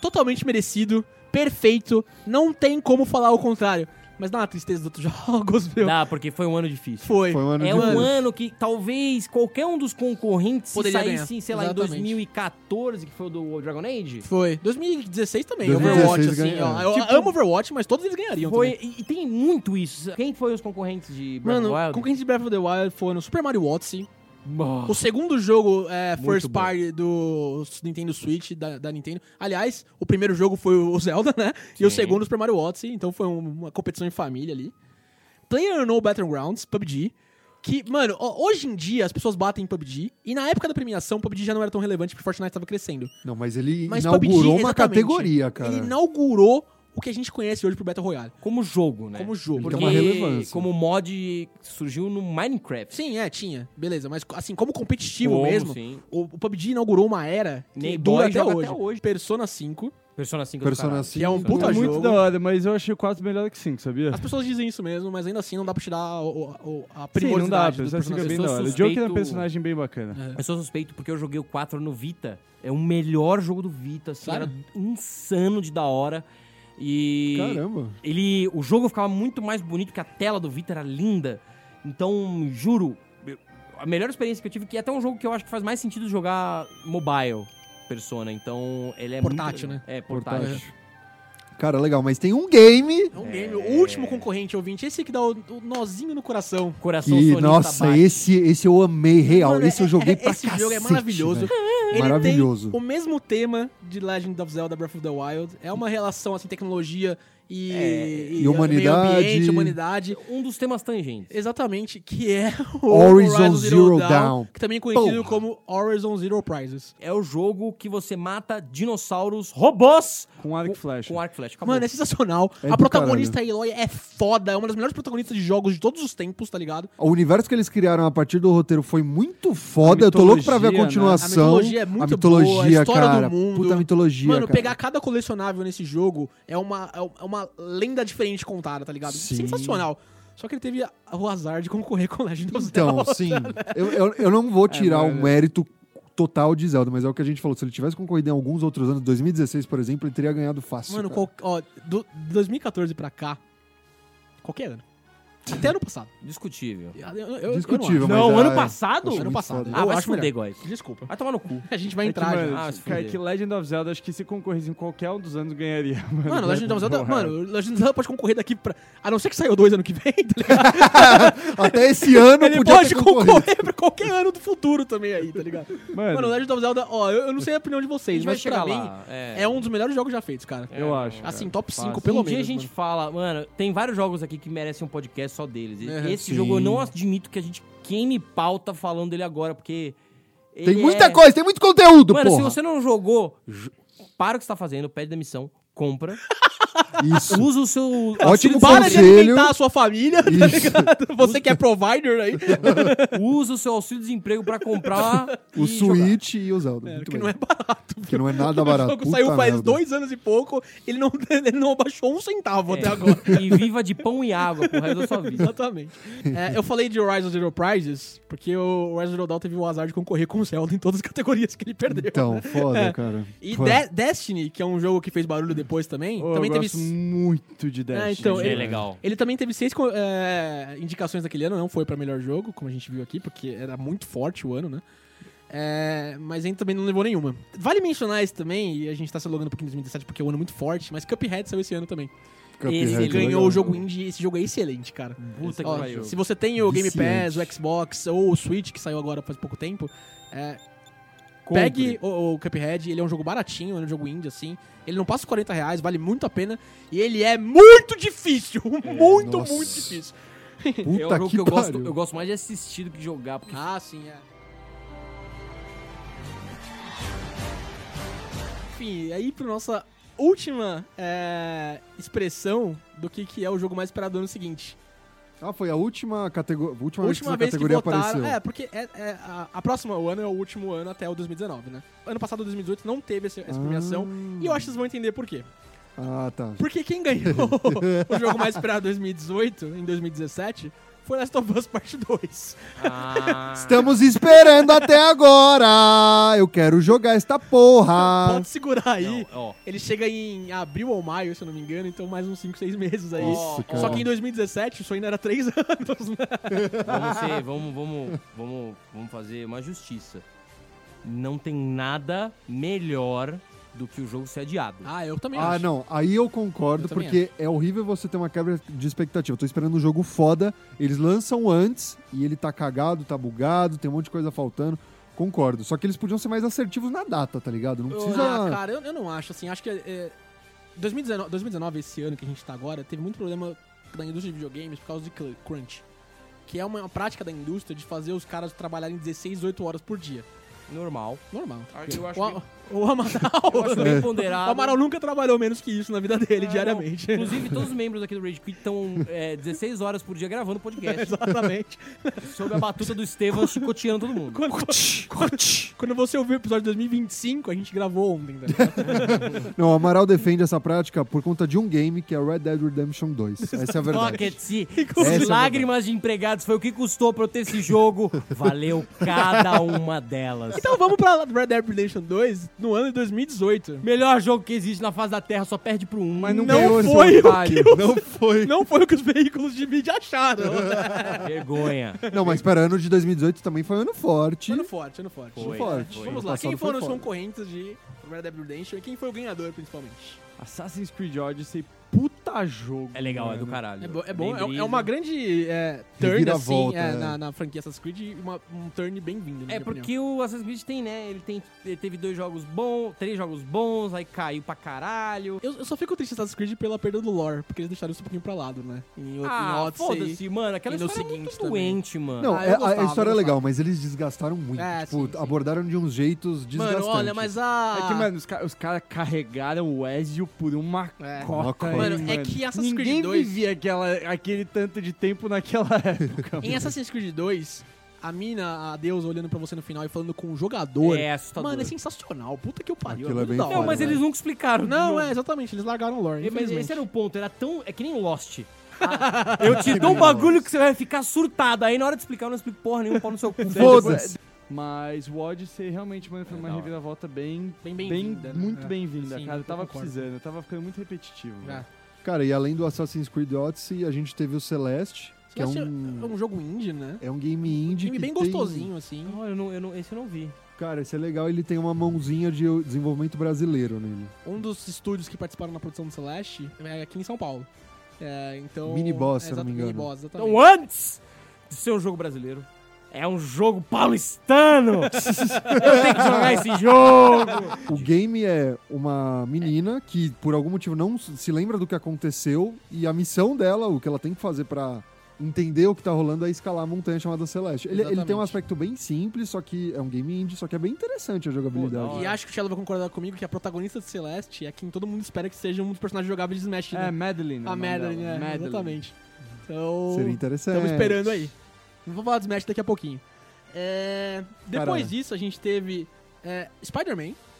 Speaker 8: totalmente merecido, perfeito, não tem como falar o contrário. Mas dá uma tristeza dos outros jogos, meu.
Speaker 5: Dá, porque foi um ano difícil.
Speaker 8: Foi.
Speaker 2: Foi um ano
Speaker 5: É um
Speaker 2: difícil.
Speaker 5: ano que talvez qualquer um dos concorrentes se
Speaker 8: Poderia
Speaker 5: saísse,
Speaker 8: ganhar.
Speaker 5: sei lá,
Speaker 8: Exatamente.
Speaker 5: em 2014, que foi o do Dragon Age.
Speaker 8: Foi. 2016 também,
Speaker 2: 2016
Speaker 8: Overwatch, assim,
Speaker 2: ganhou.
Speaker 8: ó. Eu
Speaker 5: Tipo-
Speaker 8: amo Overwatch, mas todos eles ganhariam
Speaker 5: Foi,
Speaker 8: também.
Speaker 5: e, e tem muito isso. Quem foi os concorrentes de Breath
Speaker 8: Mano,
Speaker 5: of the Wild?
Speaker 8: concorrentes de Breath of the Wild foram Super Mario Odyssey,
Speaker 5: Bah.
Speaker 8: O segundo jogo é,
Speaker 5: Muito
Speaker 8: First
Speaker 5: bom.
Speaker 8: Party do Nintendo Switch, da, da Nintendo. Aliás, o primeiro jogo foi o Zelda, né? E o
Speaker 5: Sim.
Speaker 8: segundo o Super Mario Odyssey, então foi um- uma competição em família ali. Player No Battlegrounds, PUBG. Que, mano, ó, hoje em dia as pessoas batem em PUBG. E na época da premiação, PUBG já não era tão relevante porque Fortnite estava crescendo.
Speaker 2: Não, mas ele
Speaker 8: Mas
Speaker 2: inaugurou
Speaker 8: PUBG,
Speaker 2: uma
Speaker 8: exatamente,
Speaker 2: categoria, cara.
Speaker 8: Ele inaugurou o que a gente conhece hoje pro Battle Royale.
Speaker 5: Como jogo, né?
Speaker 8: Como jogo.
Speaker 5: Porque,
Speaker 2: tem uma relevância.
Speaker 5: como mod, surgiu no Minecraft.
Speaker 8: Sim, é, tinha. Beleza, mas assim, como competitivo
Speaker 5: Como,
Speaker 8: mesmo,
Speaker 5: sim.
Speaker 8: o, o PUBG inaugurou uma era que
Speaker 5: Ney
Speaker 8: dura
Speaker 5: Boy
Speaker 8: até
Speaker 5: joga
Speaker 8: hoje.
Speaker 5: até hoje.
Speaker 8: Persona 5,
Speaker 5: Persona 5 do
Speaker 2: Persona
Speaker 5: caralho.
Speaker 2: 5.
Speaker 8: é um puta
Speaker 4: Tá
Speaker 8: jogo.
Speaker 4: muito da hora, mas eu achei o 4 melhor que o 5, sabia?
Speaker 8: As pessoas dizem isso mesmo, mas ainda assim não dá pra tirar o, o- a
Speaker 4: Sim, não dá,
Speaker 8: primordialidade do
Speaker 4: Persona 5 é
Speaker 8: personagem. É,
Speaker 4: bem
Speaker 5: Eu
Speaker 4: da
Speaker 5: sou
Speaker 4: hora. O Joker é um
Speaker 5: suspeito-
Speaker 4: personagem bem bacana.
Speaker 5: Eu sou suspeito porque eu joguei o 4 no Vita. É o melhor jogo do Vita, assim,
Speaker 8: Claro.
Speaker 5: era insano de da hora. E
Speaker 2: Caramba.
Speaker 5: ele, o jogo ficava muito mais bonito porque a tela do Vita era linda. Então, juro, eu- a melhor experiência que eu tive, que é até um jogo que eu acho que faz mais sentido jogar mobile, Persona. Então, ele é
Speaker 8: Portátil,
Speaker 5: muito,
Speaker 8: né?
Speaker 5: É, portátil.
Speaker 2: Cara, legal, mas tem um game
Speaker 8: É um game. O último concorrente, ouvinte, esse que dá o, o nozinho no coração.
Speaker 5: Coração
Speaker 2: que,
Speaker 5: sonista
Speaker 2: nossa,
Speaker 5: bate.
Speaker 2: esse, esse eu amei real.
Speaker 8: Mano,
Speaker 2: esse eu
Speaker 8: é-
Speaker 2: joguei pra
Speaker 8: Esse jogo é
Speaker 2: cacete,
Speaker 8: maravilhoso.
Speaker 2: velho.
Speaker 8: Ele
Speaker 2: Maravilhoso.
Speaker 8: tem o mesmo tema de Legend of Zelda Breath of the Wild. É uma relação, assim, tecnologia e...
Speaker 2: e humanidade.
Speaker 8: meio ambiente, humanidade.
Speaker 5: Um dos temas tangentes.
Speaker 8: Exatamente, que é o
Speaker 2: Horizon Zero Dawn.
Speaker 8: que também é conhecido
Speaker 2: Porra.
Speaker 8: como Horizon Zero Prizes.
Speaker 5: É o jogo que você mata dinossauros robôs
Speaker 4: Com arco e flecha.
Speaker 5: com arco e flecha. Acabou.
Speaker 8: Mano, é sensacional.
Speaker 2: É
Speaker 8: a
Speaker 2: do
Speaker 8: protagonista Eloy é foda, é uma das melhores protagonistas de jogos de todos os tempos, tá ligado?
Speaker 2: O universo que eles criaram a partir do roteiro foi muito foda. Eu tô louco pra ver a
Speaker 4: mitologia, né?
Speaker 8: A
Speaker 2: continuação.
Speaker 8: mitologia é muito
Speaker 2: A mitologia,
Speaker 8: boa, a história
Speaker 2: cara.
Speaker 8: do mundo.
Speaker 2: Puta mitologia,
Speaker 8: Mano,
Speaker 2: cara.
Speaker 8: pegar cada colecionável nesse jogo é uma, é uma lenda diferente contada, tá ligado?
Speaker 2: Sim.
Speaker 8: Sensacional. Só que ele teve a- o azar de concorrer com Legend of
Speaker 2: Então,
Speaker 8: Zelda. né?
Speaker 2: sim.
Speaker 8: É,
Speaker 2: Eu, eu, eu não vou tirar o mérito total de Zelda, mas é o que a gente falou. Se ele tivesse concorrido em alguns outros anos, 2016, por exemplo, ele teria ganhado fácil.
Speaker 8: Mano,
Speaker 2: cara.
Speaker 8: qual, ó, do de 2014 pra cá, qualquer ano. Até ano passado.
Speaker 5: Discutível.
Speaker 8: Eu- eu- eu- eu não
Speaker 2: Discutível,
Speaker 8: acho.
Speaker 2: mas
Speaker 5: Não,
Speaker 2: é-
Speaker 5: ano passado?
Speaker 2: acho
Speaker 8: Ano
Speaker 2: muito
Speaker 8: passado.
Speaker 2: foda.
Speaker 5: Ah,
Speaker 8: Eu
Speaker 5: vai se
Speaker 8: acho
Speaker 5: fuder,
Speaker 8: melhor.
Speaker 5: Góis.
Speaker 8: Desculpa.
Speaker 5: Vai tomar no cu.
Speaker 8: A gente vai
Speaker 4: É que,
Speaker 8: entrar
Speaker 4: mano,
Speaker 8: já.
Speaker 5: Ah, se
Speaker 4: cara,
Speaker 5: fuder.
Speaker 4: que Legend of Zelda, acho que se concorresse em qualquer um dos anos, ganharia. Mano,
Speaker 8: Mano, Legend of Zelda,
Speaker 4: Porra.
Speaker 8: mano, Legend of Zelda pode concorrer daqui pra. A não ser que saiu dois ano que vem, tá ligado?
Speaker 2: Até esse ano
Speaker 8: Ele
Speaker 2: podia
Speaker 8: pode
Speaker 2: ter concorrido.
Speaker 8: concorrer pra qualquer ano do futuro também aí, tá ligado?
Speaker 4: Mano,
Speaker 8: Mano, Legend of Zelda, ó, eu, eu não sei a opinião de
Speaker 5: A
Speaker 8: vocês,
Speaker 5: gente vai
Speaker 8: mas pra
Speaker 5: chegar
Speaker 8: mim
Speaker 5: lá.
Speaker 8: é. um dos melhores jogos já feitos, cara.
Speaker 4: eu acho.
Speaker 8: Assim, top 5,
Speaker 4: fácil.
Speaker 8: pelo
Speaker 5: um
Speaker 8: menos.
Speaker 5: dia a gente
Speaker 8: mano.
Speaker 5: fala, mano, tem vários jogos aqui que merecem um podcast só deles. E-
Speaker 8: É,
Speaker 5: Esse
Speaker 2: sim.
Speaker 5: jogo eu não admito que a gente queime pauta falando dele agora, porque.
Speaker 2: Tem
Speaker 5: ele
Speaker 2: muita
Speaker 5: é-
Speaker 2: coisa, tem muito conteúdo,
Speaker 5: Mano,
Speaker 2: porra.
Speaker 5: se você não jogou, ju- para o que você tá fazendo, pede demissão, compra,
Speaker 2: Isso.
Speaker 5: usa o seu.
Speaker 2: Ótimo
Speaker 8: Para de
Speaker 2: conselho.
Speaker 8: alimentar a sua família, tá
Speaker 2: Isso.
Speaker 8: ligado? Você que é provider aí,
Speaker 5: Usa o seu auxílio-desemprego pra comprar.
Speaker 2: O
Speaker 5: e jogar.
Speaker 2: Switch e o Zelda. muito
Speaker 8: que
Speaker 2: bem.
Speaker 8: não é barato.
Speaker 2: Que não é nada
Speaker 8: O
Speaker 2: barato.
Speaker 8: jogo
Speaker 2: Puta
Speaker 8: saiu faz
Speaker 2: merda.
Speaker 8: dois anos e pouco, ele não, ele não abaixou um centavo até agora.
Speaker 5: É, E viva de pão e água pro resto da sua vida.
Speaker 8: Exatamente. É, eu falei de Horizon Zero Prizes porque o Horizon Zero Dawn teve o azar de concorrer com o Zelda em todas as categorias que ele perdeu.
Speaker 2: Então,
Speaker 8: É.
Speaker 2: foda, cara.
Speaker 8: e
Speaker 2: Pô,
Speaker 8: De- Destiny, que é um jogo que fez barulho depois também,
Speaker 4: Oh,
Speaker 8: também
Speaker 4: eu
Speaker 8: teve...
Speaker 4: gosto muito de Destiny.
Speaker 8: É, então,
Speaker 5: É
Speaker 8: ele,
Speaker 5: legal.
Speaker 8: ele também teve seis co- é, indicações naquele ano, não foi pra melhor jogo, como a gente viu aqui, porque era muito forte o ano, né? É, mas ainda também não levou nenhuma. Vale mencionar isso também, e a gente tá se logando um pouquinho em 2017 porque é um ano muito forte, mas Cuphead saiu esse ano também.
Speaker 2: Cuphead, é
Speaker 5: Ele
Speaker 8: Ganhou
Speaker 2: legal.
Speaker 8: o jogo indie, esse jogo é excelente, cara.
Speaker 5: Puta que
Speaker 8: Ó,
Speaker 5: pariu.
Speaker 8: se você tem o Game Pass,
Speaker 2: Viciante.
Speaker 8: o Xbox ou o Switch, que saiu agora faz pouco tempo, é,
Speaker 4: Compre.
Speaker 8: pegue o, o Cuphead, ele é um jogo baratinho, é um jogo indie, assim. Ele não passa os 40 reais, vale muito a pena. E ele é muito difícil, muito,
Speaker 2: É, Nossa.
Speaker 8: muito difícil.
Speaker 5: é um
Speaker 2: Puta
Speaker 5: jogo que,
Speaker 2: que
Speaker 5: eu gosto,
Speaker 2: pariu.
Speaker 5: eu gosto mais de assistir do que de jogar, porque
Speaker 8: Ah, sim, é. Enfim, aí pra nossa última é, expressão do que, que é o jogo mais esperado do ano seguinte.
Speaker 2: Ah, foi a última, catego... última, vez que
Speaker 8: última
Speaker 2: essa
Speaker 8: vez que
Speaker 2: categoria
Speaker 8: votaram.
Speaker 2: apareceu.
Speaker 8: É, porque é, é, a, a próxima o ano é o último ano até o 2019, né? Ano passado, 2018, não teve esse- essa premiação. E eu acho que vocês vão entender por quê.
Speaker 2: Ah, tá.
Speaker 8: Porque quem ganhou o jogo mais esperado em 2018, em 2017, foi Last of Us Part 2. Ah.
Speaker 2: Estamos esperando até agora! Eu quero jogar esta porra!
Speaker 8: Pode segurar aí.
Speaker 5: Não, ó.
Speaker 8: Ele chega em abril ou maio, se eu não me engano, então mais uns 5, 6 meses aí.
Speaker 2: Nossa,
Speaker 8: Só
Speaker 2: cara.
Speaker 8: que em 2017 isso ainda era 3 anos, né?
Speaker 5: Vamos, ser, vamos, vamos, vamos, vamos fazer uma justiça. Não tem nada melhor do que o jogo ser adiado.
Speaker 8: Ah, eu também
Speaker 2: Ah, não, aí eu concordo,
Speaker 8: Eu também
Speaker 2: porque é horrível você ter uma quebra de expectativa. Eu tô esperando um jogo foda, eles lançam antes e ele tá cagado, tá bugado, tem um monte de coisa faltando. Concordo. Só que eles podiam ser mais assertivos na data, tá ligado? Não precisa.
Speaker 8: Ah, cara, eu, eu não acho, assim, acho que é, 2019, 2019, esse ano que a gente tá agora, teve muito problema da indústria de videogames por causa de cl- crunch. Que é uma prática da indústria de fazer os caras trabalharem 16, 18 horas por dia.
Speaker 5: Normal.
Speaker 8: Normal.
Speaker 10: Eu acho
Speaker 8: O,
Speaker 10: que-
Speaker 8: O Amaral.
Speaker 5: Eu acho bem ponderado.
Speaker 8: O Amaral nunca trabalhou menos que isso na vida dele, diariamente.
Speaker 5: Não, Inclusive, todos os membros aqui do Rage Quit estão é, 16 horas por dia gravando podcast
Speaker 8: Exatamente.
Speaker 5: sob a batuta do Estevam chicoteando todo mundo.
Speaker 8: Quando, quando você ouvir o episódio de 2025, a gente gravou ontem. Né?
Speaker 2: Não, o Amaral defende essa prática por conta de um game que é Red Dead Redemption 2. Essa é a verdade.
Speaker 5: Pocket se
Speaker 2: é a verdade.
Speaker 5: lágrimas de empregados foi o que custou pra eu ter esse jogo. Valeu cada uma delas.
Speaker 8: Então vamos pra Red Dead Redemption 2 no ano de 2018.
Speaker 5: Melhor jogo que existe na face da Terra, só perde pro um. Mas
Speaker 8: não
Speaker 2: ganhou esse
Speaker 8: foi o
Speaker 2: otário.
Speaker 8: que eu-
Speaker 2: Não foi.
Speaker 8: Não foi o que os veículos de mídia acharam.
Speaker 5: Vergonha.
Speaker 2: Não, mas pera, ano de 2018 também foi um ano forte.
Speaker 8: Ano forte, ano forte.
Speaker 5: Foi,
Speaker 2: forte.
Speaker 5: foi.
Speaker 8: Vamos lá,
Speaker 2: Passado
Speaker 8: quem
Speaker 2: foi
Speaker 8: foram os
Speaker 2: foda.
Speaker 8: concorrentes de Red Dead Redemption e quem foi o ganhador, principalmente?
Speaker 4: Assassin's Creed Odyssey, puta jogo.
Speaker 5: É legal, é do
Speaker 4: mano.
Speaker 5: caralho.
Speaker 8: É, bo- é bom,
Speaker 5: Bem
Speaker 8: é, é uma
Speaker 5: brisa.
Speaker 8: grande é, turn, assim,
Speaker 2: Reviravolta,
Speaker 8: é,
Speaker 2: é.
Speaker 8: Na, na franquia Assassin's Creed, e uma, um turn bem-vindo, na
Speaker 5: É
Speaker 8: minha
Speaker 5: porque o Assassin's Creed tem, né? Ele, tem, ele teve dois jogos bons, três jogos bons, aí caiu pra caralho.
Speaker 8: opinião. Eu, eu só fico triste em Assassin's Creed pela perda do lore, porque eles deixaram isso um pouquinho pra lado, né? Em, em
Speaker 5: Ah,
Speaker 8: Odyssey.
Speaker 5: foda-se, mano. Aquela
Speaker 8: e no
Speaker 5: história é
Speaker 8: seguinte
Speaker 5: muito
Speaker 8: também.
Speaker 5: doente, mano.
Speaker 2: Não,
Speaker 8: Ah,
Speaker 2: é-
Speaker 8: eu
Speaker 2: a-
Speaker 8: gostava,
Speaker 2: a história
Speaker 8: eu
Speaker 2: é legal, mas eles desgastaram muito.
Speaker 8: É,
Speaker 2: tipo,
Speaker 8: sim, sim.
Speaker 2: abordaram de uns jeitos desgastantes.
Speaker 8: Mano, olha, mas ah, a...
Speaker 4: É que, mano, os, ca- os caras carregaram o Ezio por uma
Speaker 8: É.
Speaker 4: cota.
Speaker 2: Uma
Speaker 4: hein,
Speaker 8: Mano, é que Assassin's Creed
Speaker 4: Ninguém
Speaker 8: 2
Speaker 4: vivia aquela, aquele tanto de tempo naquela época.
Speaker 8: Em Assassin's Creed 2, a mina, a deusa olhando pra você no final e falando com o jogador.
Speaker 5: É assustador.
Speaker 8: Mano, é sensacional. Puta que eu pariu.
Speaker 2: Aquilo é
Speaker 8: muito
Speaker 2: bem
Speaker 8: da
Speaker 2: foda,
Speaker 5: Não,
Speaker 8: hora,
Speaker 5: mas
Speaker 8: velho.
Speaker 5: eles nunca explicaram.
Speaker 8: Não, é, exatamente. Eles largaram o lore,
Speaker 5: É, Mas
Speaker 8: infelizmente.
Speaker 5: esse era o ponto, era tão. É que nem Lost. eu te dou um bagulho que você vai ficar surtado. Aí na hora de explicar, eu não explico porra nenhuma pau no seu cu.
Speaker 2: Foda-se.
Speaker 4: Mas o Odyssey realmente, mano, foi uma reviravolta bem.
Speaker 8: Bem
Speaker 4: bem,
Speaker 8: bem-vinda, né?
Speaker 4: muito
Speaker 8: É.
Speaker 4: bem-vinda,
Speaker 8: Sim,
Speaker 4: cara.
Speaker 8: eu
Speaker 4: Eu tava
Speaker 8: concordo.
Speaker 4: precisando, eu tava ficando muito repetitivo. velho.
Speaker 2: Cara, e além do Assassin's Creed Odyssey, a gente teve o Celeste, que é
Speaker 8: Celeste É
Speaker 2: um,
Speaker 8: um jogo indie, né?
Speaker 2: é um game indie.
Speaker 8: Time
Speaker 2: que
Speaker 8: bem
Speaker 2: tem-
Speaker 8: gostosinho, assim.
Speaker 5: Não, eu não, eu não, esse eu não vi.
Speaker 2: Cara, esse é legal, ele tem uma mãozinha de desenvolvimento brasileiro nele.
Speaker 8: Um dos estúdios que participaram na produção do Celeste é aqui em São Paulo. É, então...
Speaker 2: Mini Boss,
Speaker 8: é,
Speaker 2: se eu não me
Speaker 8: exato, Mini
Speaker 2: engano.
Speaker 8: Boss, exatamente.
Speaker 5: Então, antes de ser um jogo brasileiro, é um jogo paulistano! eu tenho que jogar esse jogo!
Speaker 2: O game é uma menina que, por algum motivo, não se lembra do que aconteceu e a missão dela, o que ela tem que fazer pra entender o que tá rolando, é escalar a montanha chamada Celeste. Ele, ele tem um
Speaker 8: Exatamente.
Speaker 2: aspecto bem simples, só que é um game indie, só que é bem interessante a jogabilidade.
Speaker 5: Pô, da
Speaker 8: E
Speaker 5: hora.
Speaker 8: acho que o Shallow vai concordar comigo que a protagonista do Celeste é quem todo mundo espera que seja um dos personagens jogáveis de Smash,
Speaker 4: É,
Speaker 8: né?
Speaker 4: Madeline.
Speaker 8: A Madeline, é, exatamente. Então...
Speaker 2: Seria interessante.
Speaker 8: Estamos esperando aí. Não vou falar do Smash daqui a pouquinho. É, Depois
Speaker 2: Caralho.
Speaker 8: disso, a gente teve é, Spider-Man. Que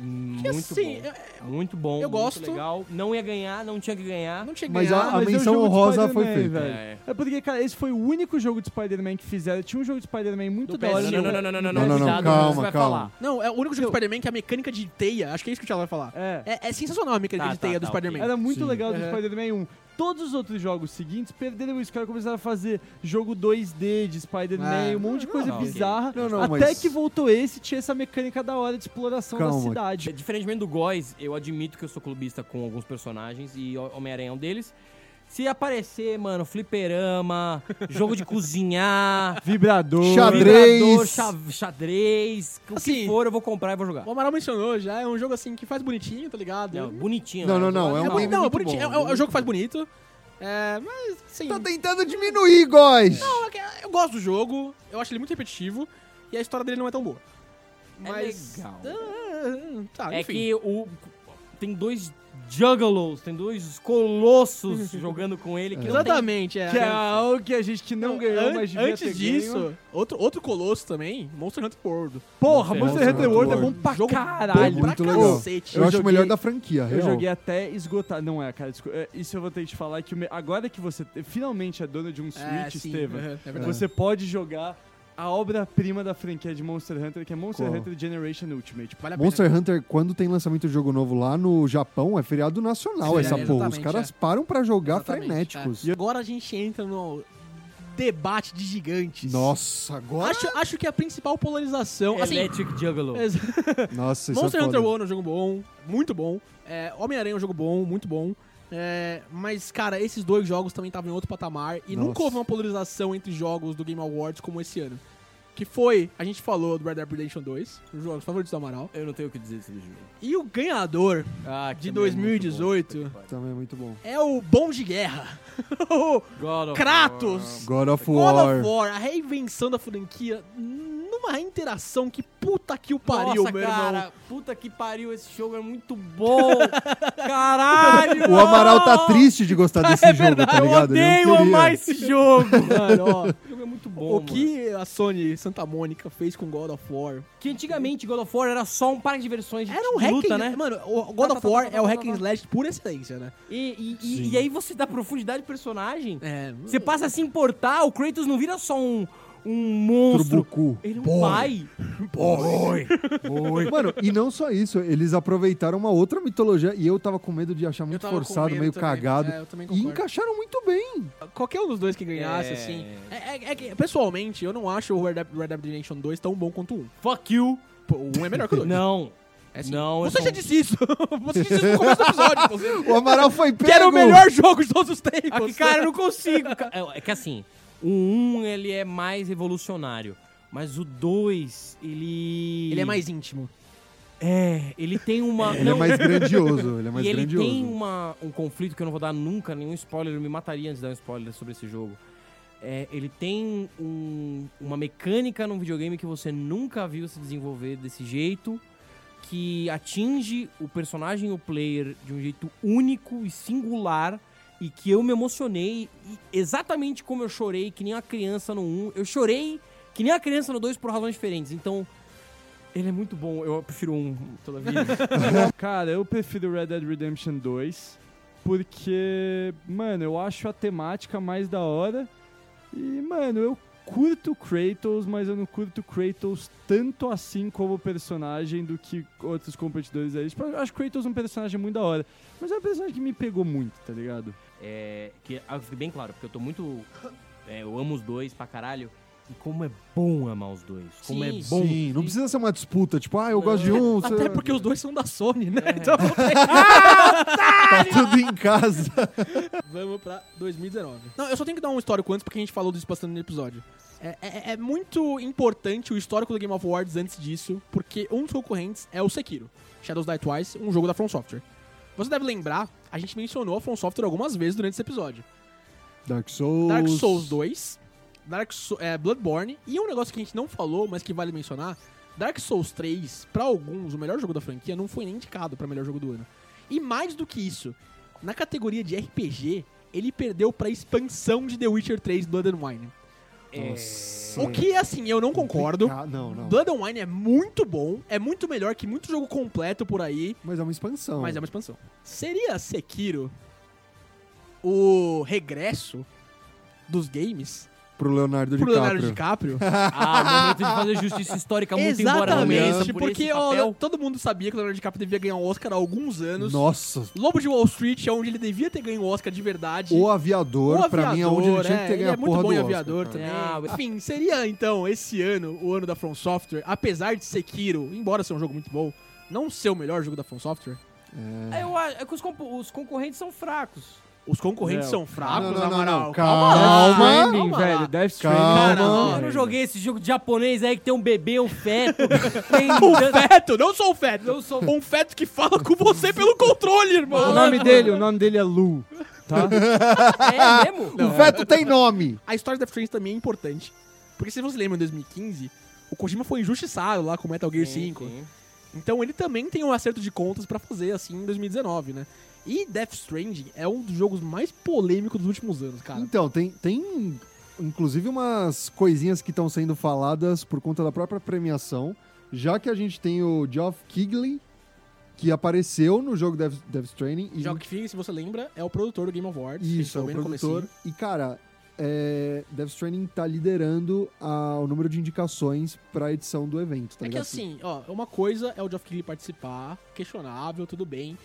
Speaker 5: Hum, Muito
Speaker 8: assim,
Speaker 5: bom.
Speaker 8: eu-
Speaker 5: Muito bom.
Speaker 8: eu
Speaker 5: muito
Speaker 8: gosto.
Speaker 5: legal. Não ia ganhar, não tinha que ganhar.
Speaker 8: eu não tinha
Speaker 2: Mas
Speaker 4: Ah,
Speaker 8: ganhado.
Speaker 2: a- a menção honrosa foi feita.
Speaker 5: É.
Speaker 4: É porque, cara, esse foi o único jogo de Spider-Man que fizeram. Tinha um jogo de Spider-man muito
Speaker 8: Do
Speaker 4: da hora.
Speaker 8: PS1.
Speaker 5: Não, não, não, não, não,
Speaker 2: Não,
Speaker 5: não,
Speaker 2: não, não,
Speaker 5: cuidado,
Speaker 2: calma,
Speaker 5: um você vai
Speaker 2: calma.
Speaker 5: falar.
Speaker 8: Não, é o único jogo de Spider-Man que é a mecânica de teia. Acho que é isso que o Thiago vai falar.
Speaker 4: É.
Speaker 8: É, é sensacional a mecânica
Speaker 5: Tá,
Speaker 8: de
Speaker 5: tá,
Speaker 8: teia do
Speaker 5: tá,
Speaker 8: Spider-Man.
Speaker 4: Era muito
Speaker 2: Sim.
Speaker 4: legal do
Speaker 8: Uhum.
Speaker 4: Spider-Man 1. Todos os outros jogos seguintes perderam isso. Os caras começaram a fazer jogo 2D de Spider-Man,
Speaker 8: Ah.
Speaker 4: um monte de coisa
Speaker 5: não, ok.
Speaker 4: bizarra.
Speaker 2: Não, não,
Speaker 4: Até
Speaker 2: mas-
Speaker 4: que voltou esse, tinha essa mecânica da hora de exploração da
Speaker 2: Calma.
Speaker 4: cidade.
Speaker 5: É, Diferentemente do Góis, eu admito que eu sou clubista com alguns personagens e Ho- Homem-Aranha é um deles. Se aparecer, mano, fliperama, jogo de cozinhar,
Speaker 4: Vibrador.
Speaker 2: Xadrez.
Speaker 5: vibrador, cha- xadrez, o
Speaker 8: Assim,
Speaker 5: que for, eu vou comprar e vou jogar.
Speaker 8: O Amaral mencionou já, é um jogo assim que faz bonitinho, tá ligado?
Speaker 5: Não, bonitinho.
Speaker 2: Não,
Speaker 5: né?
Speaker 2: não, não, é
Speaker 8: É
Speaker 2: um
Speaker 8: boni-
Speaker 2: game
Speaker 8: não, é
Speaker 2: muito
Speaker 8: bonitinho.
Speaker 2: bom.
Speaker 8: é, é um jogo que faz bonito. É, mas, sim.
Speaker 2: Tá tentando diminuir, guys!
Speaker 8: Não, é que eu gosto do jogo, eu acho ele muito repetitivo e a história dele não é tão boa.
Speaker 5: É
Speaker 8: Mas.
Speaker 5: legal.
Speaker 8: Ah, tá,
Speaker 5: É
Speaker 8: enfim.
Speaker 5: que o tem dois juggalos, tem dois colossos jogando com ele que não tem
Speaker 8: Exatamente, é.
Speaker 4: Que é algo que a gente não, ganhou,
Speaker 8: an-
Speaker 4: mas devia ter
Speaker 8: antes disso,
Speaker 4: ganho.
Speaker 8: outro, outro colosso também, Monster Hunter World.
Speaker 4: Porra,
Speaker 5: Monster
Speaker 4: Monster Hunter
Speaker 2: Hunter
Speaker 4: World é bom
Speaker 2: World.
Speaker 4: pra
Speaker 8: Jogo bom
Speaker 4: caralho.
Speaker 8: pra
Speaker 2: Muito legal.
Speaker 8: cacete.
Speaker 2: Eu,
Speaker 4: Eu
Speaker 2: acho o
Speaker 4: joguei-
Speaker 2: melhor da franquia,
Speaker 4: Eu
Speaker 2: real.
Speaker 4: joguei até esgotar. Não é, cara, desculpa. É, Isso eu vou ter que te falar que o me- agora que você te- finalmente é dono de um
Speaker 8: É,
Speaker 4: Switch,
Speaker 8: sim,
Speaker 4: Estevam,
Speaker 8: aham, é verdade.
Speaker 4: você pode jogar a obra-prima da franquia de Monster Hunter, que é Monster
Speaker 2: Qual?
Speaker 4: Hunter Generation Ultimate.
Speaker 8: Vale a pena.
Speaker 2: Monster Hunter, quando tem lançamento de jogo novo lá no Japão, é feriado nacional
Speaker 8: Sim,
Speaker 2: essa porra.
Speaker 8: é,
Speaker 2: Os
Speaker 8: exatamente,
Speaker 2: caras param pra jogar
Speaker 8: Exatamente,
Speaker 2: frenéticos.
Speaker 8: é. E agora a gente entra no debate de gigantes.
Speaker 2: Nossa, agora.
Speaker 8: Acho, acho que a principal polarização. Assim,
Speaker 5: Electric Juggalo.
Speaker 8: ex-
Speaker 2: Nossa, isso
Speaker 8: Monster
Speaker 2: é foda.
Speaker 8: Hunter World é um jogo bom, muito bom. É, Homem-Aranha é um jogo bom, muito bom. É, mas, cara, esses dois jogos também estavam em outro patamar e
Speaker 2: Nossa.
Speaker 8: nunca houve uma polarização entre jogos do Game Awards como esse ano. Que foi, a gente falou do Red Dead Redemption 2, um dos jogos favoritos do Amaral.
Speaker 5: Eu não tenho o que dizer sobre esse jogo.
Speaker 8: E o ganhador
Speaker 5: Ah,
Speaker 8: de 2018
Speaker 2: Também é muito bom.
Speaker 8: é o Bom de Guerra. o
Speaker 5: God of War.
Speaker 8: Kratos.
Speaker 2: God of
Speaker 8: God
Speaker 2: War.
Speaker 8: of War, a reinvenção da franquia. Não uma interação que puta que o pariu,
Speaker 5: Nossa,
Speaker 8: meu
Speaker 5: cara,
Speaker 8: irmão.
Speaker 5: puta que pariu, esse jogo é muito bom. Caralho! É
Speaker 2: O Amaral tá triste de
Speaker 8: É
Speaker 2: gostar desse jogo, tá ligado?
Speaker 5: Eu
Speaker 2: Ele não
Speaker 5: odeio
Speaker 2: queria.
Speaker 5: amar esse jogo.
Speaker 8: Mano, ó,
Speaker 5: Esse jogo é muito bom.
Speaker 8: o que a Sony Santa Mônica fez com God of War?
Speaker 5: Que antigamente God of War era só um parque de diversões de,
Speaker 8: Era um
Speaker 5: de
Speaker 8: hack and-
Speaker 5: luta, né?
Speaker 8: Mano, o God
Speaker 5: Tá, tá,
Speaker 8: of
Speaker 5: tá,
Speaker 8: War
Speaker 5: tá, tá,
Speaker 8: é o
Speaker 5: tá,
Speaker 8: hack
Speaker 5: tá,
Speaker 8: and
Speaker 5: tá.
Speaker 8: slash por excelência, né?
Speaker 5: E, e- e- e aí você dá profundidade de personagem.
Speaker 8: É.
Speaker 5: Você passa a se importar, o Kratos não vira só um, um monstro.
Speaker 2: Trubucu.
Speaker 5: Ele é um pai.
Speaker 2: Mano, e não só isso, eles aproveitaram uma outra mitologia e eu tava com medo de achar muito
Speaker 8: tava com
Speaker 2: forçado,
Speaker 8: medo
Speaker 2: meio
Speaker 8: também.
Speaker 2: cagado.
Speaker 8: É, eu também
Speaker 2: e
Speaker 8: concordo.
Speaker 2: encaixaram muito bem.
Speaker 8: Qualquer um dos dois que ganhasse, assim. É, é- é que, pessoalmente, eu não acho o Red Dead, Red Dead Redemption 2 tão bom quanto o 1.
Speaker 5: Fuck you.
Speaker 8: Pô, O 1 é melhor que o 2.
Speaker 5: Não.
Speaker 8: É assim.
Speaker 5: Não, eu
Speaker 8: Você
Speaker 5: sou
Speaker 8: já
Speaker 5: um-
Speaker 8: disse isso. Você disse isso no começo do episódio, inclusive.
Speaker 2: O Amaral foi pego.
Speaker 8: Que era o melhor jogo de todos os tempos.
Speaker 5: Aqui, cara, eu não consigo. ca- É é que assim, o 1 ele é mais revolucionário. Mas o 2, ele.
Speaker 8: Ele é mais íntimo.
Speaker 5: É, ele tem uma.
Speaker 2: Ele é
Speaker 5: não,
Speaker 2: mais grandioso, ele é mais
Speaker 5: e ele
Speaker 2: grandioso.
Speaker 5: tem uma, um conflito que eu não vou dar nunca nenhum spoiler, eu me mataria antes de dar um spoiler sobre esse jogo. É, ele tem um- uma mecânica num videogame que você nunca viu se desenvolver desse jeito, que atinge o personagem e o player de um jeito único e singular, e que eu me emocionei e exatamente como eu chorei, que nem uma criança no 1. Eu chorei que nem uma criança no 2 por razões diferentes. Então, ele é muito bom. Eu prefiro um toda vida.
Speaker 4: Cara, eu prefiro Red Dead Redemption 2, porque, mano, eu acho a temática mais da hora. E, mano, eu curto Kratos, mas eu não curto Kratos tanto assim como personagem do que outros competidores aí. Tipo, eu acho Kratos um personagem muito da hora, mas é um personagem que me pegou muito, tá ligado?
Speaker 5: É, que ah, fique bem claro, porque eu tô muito. é, eu amo os dois pra caralho. E como é bom amar os dois. Como é
Speaker 8: Sim, É.
Speaker 5: bom.
Speaker 2: Sim, não precisa ser uma disputa, tipo, ah, eu gosto de um, você-
Speaker 8: Até porque os dois são da Sony, né? Então
Speaker 2: tá
Speaker 8: é
Speaker 2: tudo em casa.
Speaker 8: vamos pra 2019. Não, eu só tenho que dar um histórico antes, porque a gente falou disso bastante no episódio. É, é- é muito importante o histórico do Game of Awards antes disso, porque um dos concorrentes é o Sekiro, Shadows Die Twice, um jogo da From Software. Você deve lembrar, a gente mencionou a From Software algumas vezes durante esse episódio.
Speaker 2: Dark Souls.
Speaker 8: Dark Souls 2, Dark Sou- é, Bloodborne, e um negócio que a gente não falou, mas que vale mencionar, Dark Souls 3, pra alguns, o melhor jogo da franquia, não foi nem indicado pra melhor jogo do ano. E mais do que isso, na categoria de RPG, ele perdeu pra expansão de The Witcher 3 Blood and Wine.
Speaker 2: Nossa.
Speaker 8: O que, assim, eu não concordo.
Speaker 2: É. Ah, não, não.
Speaker 8: Blood and Wine é muito bom, é muito melhor que muito jogo completo por aí,
Speaker 2: Mas é uma expansão.
Speaker 8: mas é uma expansão. Seria Sekiro o regresso dos games?
Speaker 2: Pro Leonardo
Speaker 8: pro
Speaker 2: DiCaprio.
Speaker 8: Leonardo DiCaprio.
Speaker 5: Ah, momento de fazer justiça
Speaker 2: É
Speaker 5: histórica muito embora da
Speaker 2: né?
Speaker 5: mesa
Speaker 8: Exatamente,
Speaker 5: por
Speaker 8: porque
Speaker 5: esse
Speaker 8: ó,
Speaker 5: papel.
Speaker 8: todo mundo sabia que o Leonardo DiCaprio devia ganhar o Oscar há alguns anos.
Speaker 2: Nossa.
Speaker 8: Lobo de Wall Street é onde ele devia ter ganho o Oscar de verdade.
Speaker 2: O aviador,
Speaker 8: O
Speaker 2: pra mim, é onde ele tinha que ter
Speaker 8: ele
Speaker 2: ganho
Speaker 8: é
Speaker 2: a
Speaker 8: muito
Speaker 2: porra
Speaker 8: bom
Speaker 2: do
Speaker 8: em
Speaker 2: Oscar,
Speaker 8: aviador
Speaker 2: cara.
Speaker 8: também.
Speaker 5: Ah, o-
Speaker 8: Enfim, seria então esse ano o ano da From Software, apesar de Sekiro, embora ser um jogo muito bom, não ser o melhor jogo da From Software.
Speaker 5: Eu acho é que os, compo- os concorrentes são fracos.
Speaker 8: Os concorrentes são fracos,
Speaker 2: Não, não, não,
Speaker 8: Amaral.
Speaker 2: não.
Speaker 8: lá.
Speaker 2: Calma.
Speaker 8: Calma
Speaker 4: Stranding,
Speaker 8: lá.
Speaker 4: velho, Death
Speaker 2: Calma.
Speaker 4: Stranding.
Speaker 8: Cara,
Speaker 5: eu
Speaker 8: ó,
Speaker 5: não joguei esse jogo de japonês aí que tem um bebê, um feto. tem...
Speaker 8: o feto, não sou o feto, eu sou um feto que fala com você pelo controle, irmão.
Speaker 4: O nome dele, o nome dele é Lu, tá?
Speaker 5: É mesmo?
Speaker 2: O feto tem nome.
Speaker 8: A história da Friends também é importante. Porque se você lembra, em 2015, o Kojima foi injustiçado lá com Metal Gear 5. Então ele também tem um acerto de contas pra fazer, assim, em 2019, né? E Death Stranding é um dos jogos mais polêmicos dos últimos anos, cara.
Speaker 2: Então, tem, tem inclusive umas coisinhas que estão sendo faladas por conta da própria premiação, já que a gente tem o Geoff Keighley, que apareceu no jogo Death, Death Stranding. E,
Speaker 8: Jogo que fica, se você lembra, é o produtor do Game Awards.
Speaker 2: Isso, é o produtor. E, cara, é, Death Stranding tá liderando a- o número de indicações pra edição do evento, tá
Speaker 8: É que
Speaker 2: ligado?
Speaker 8: assim, ó, uma coisa é o Geoff Keighley participar, questionável, tudo bem.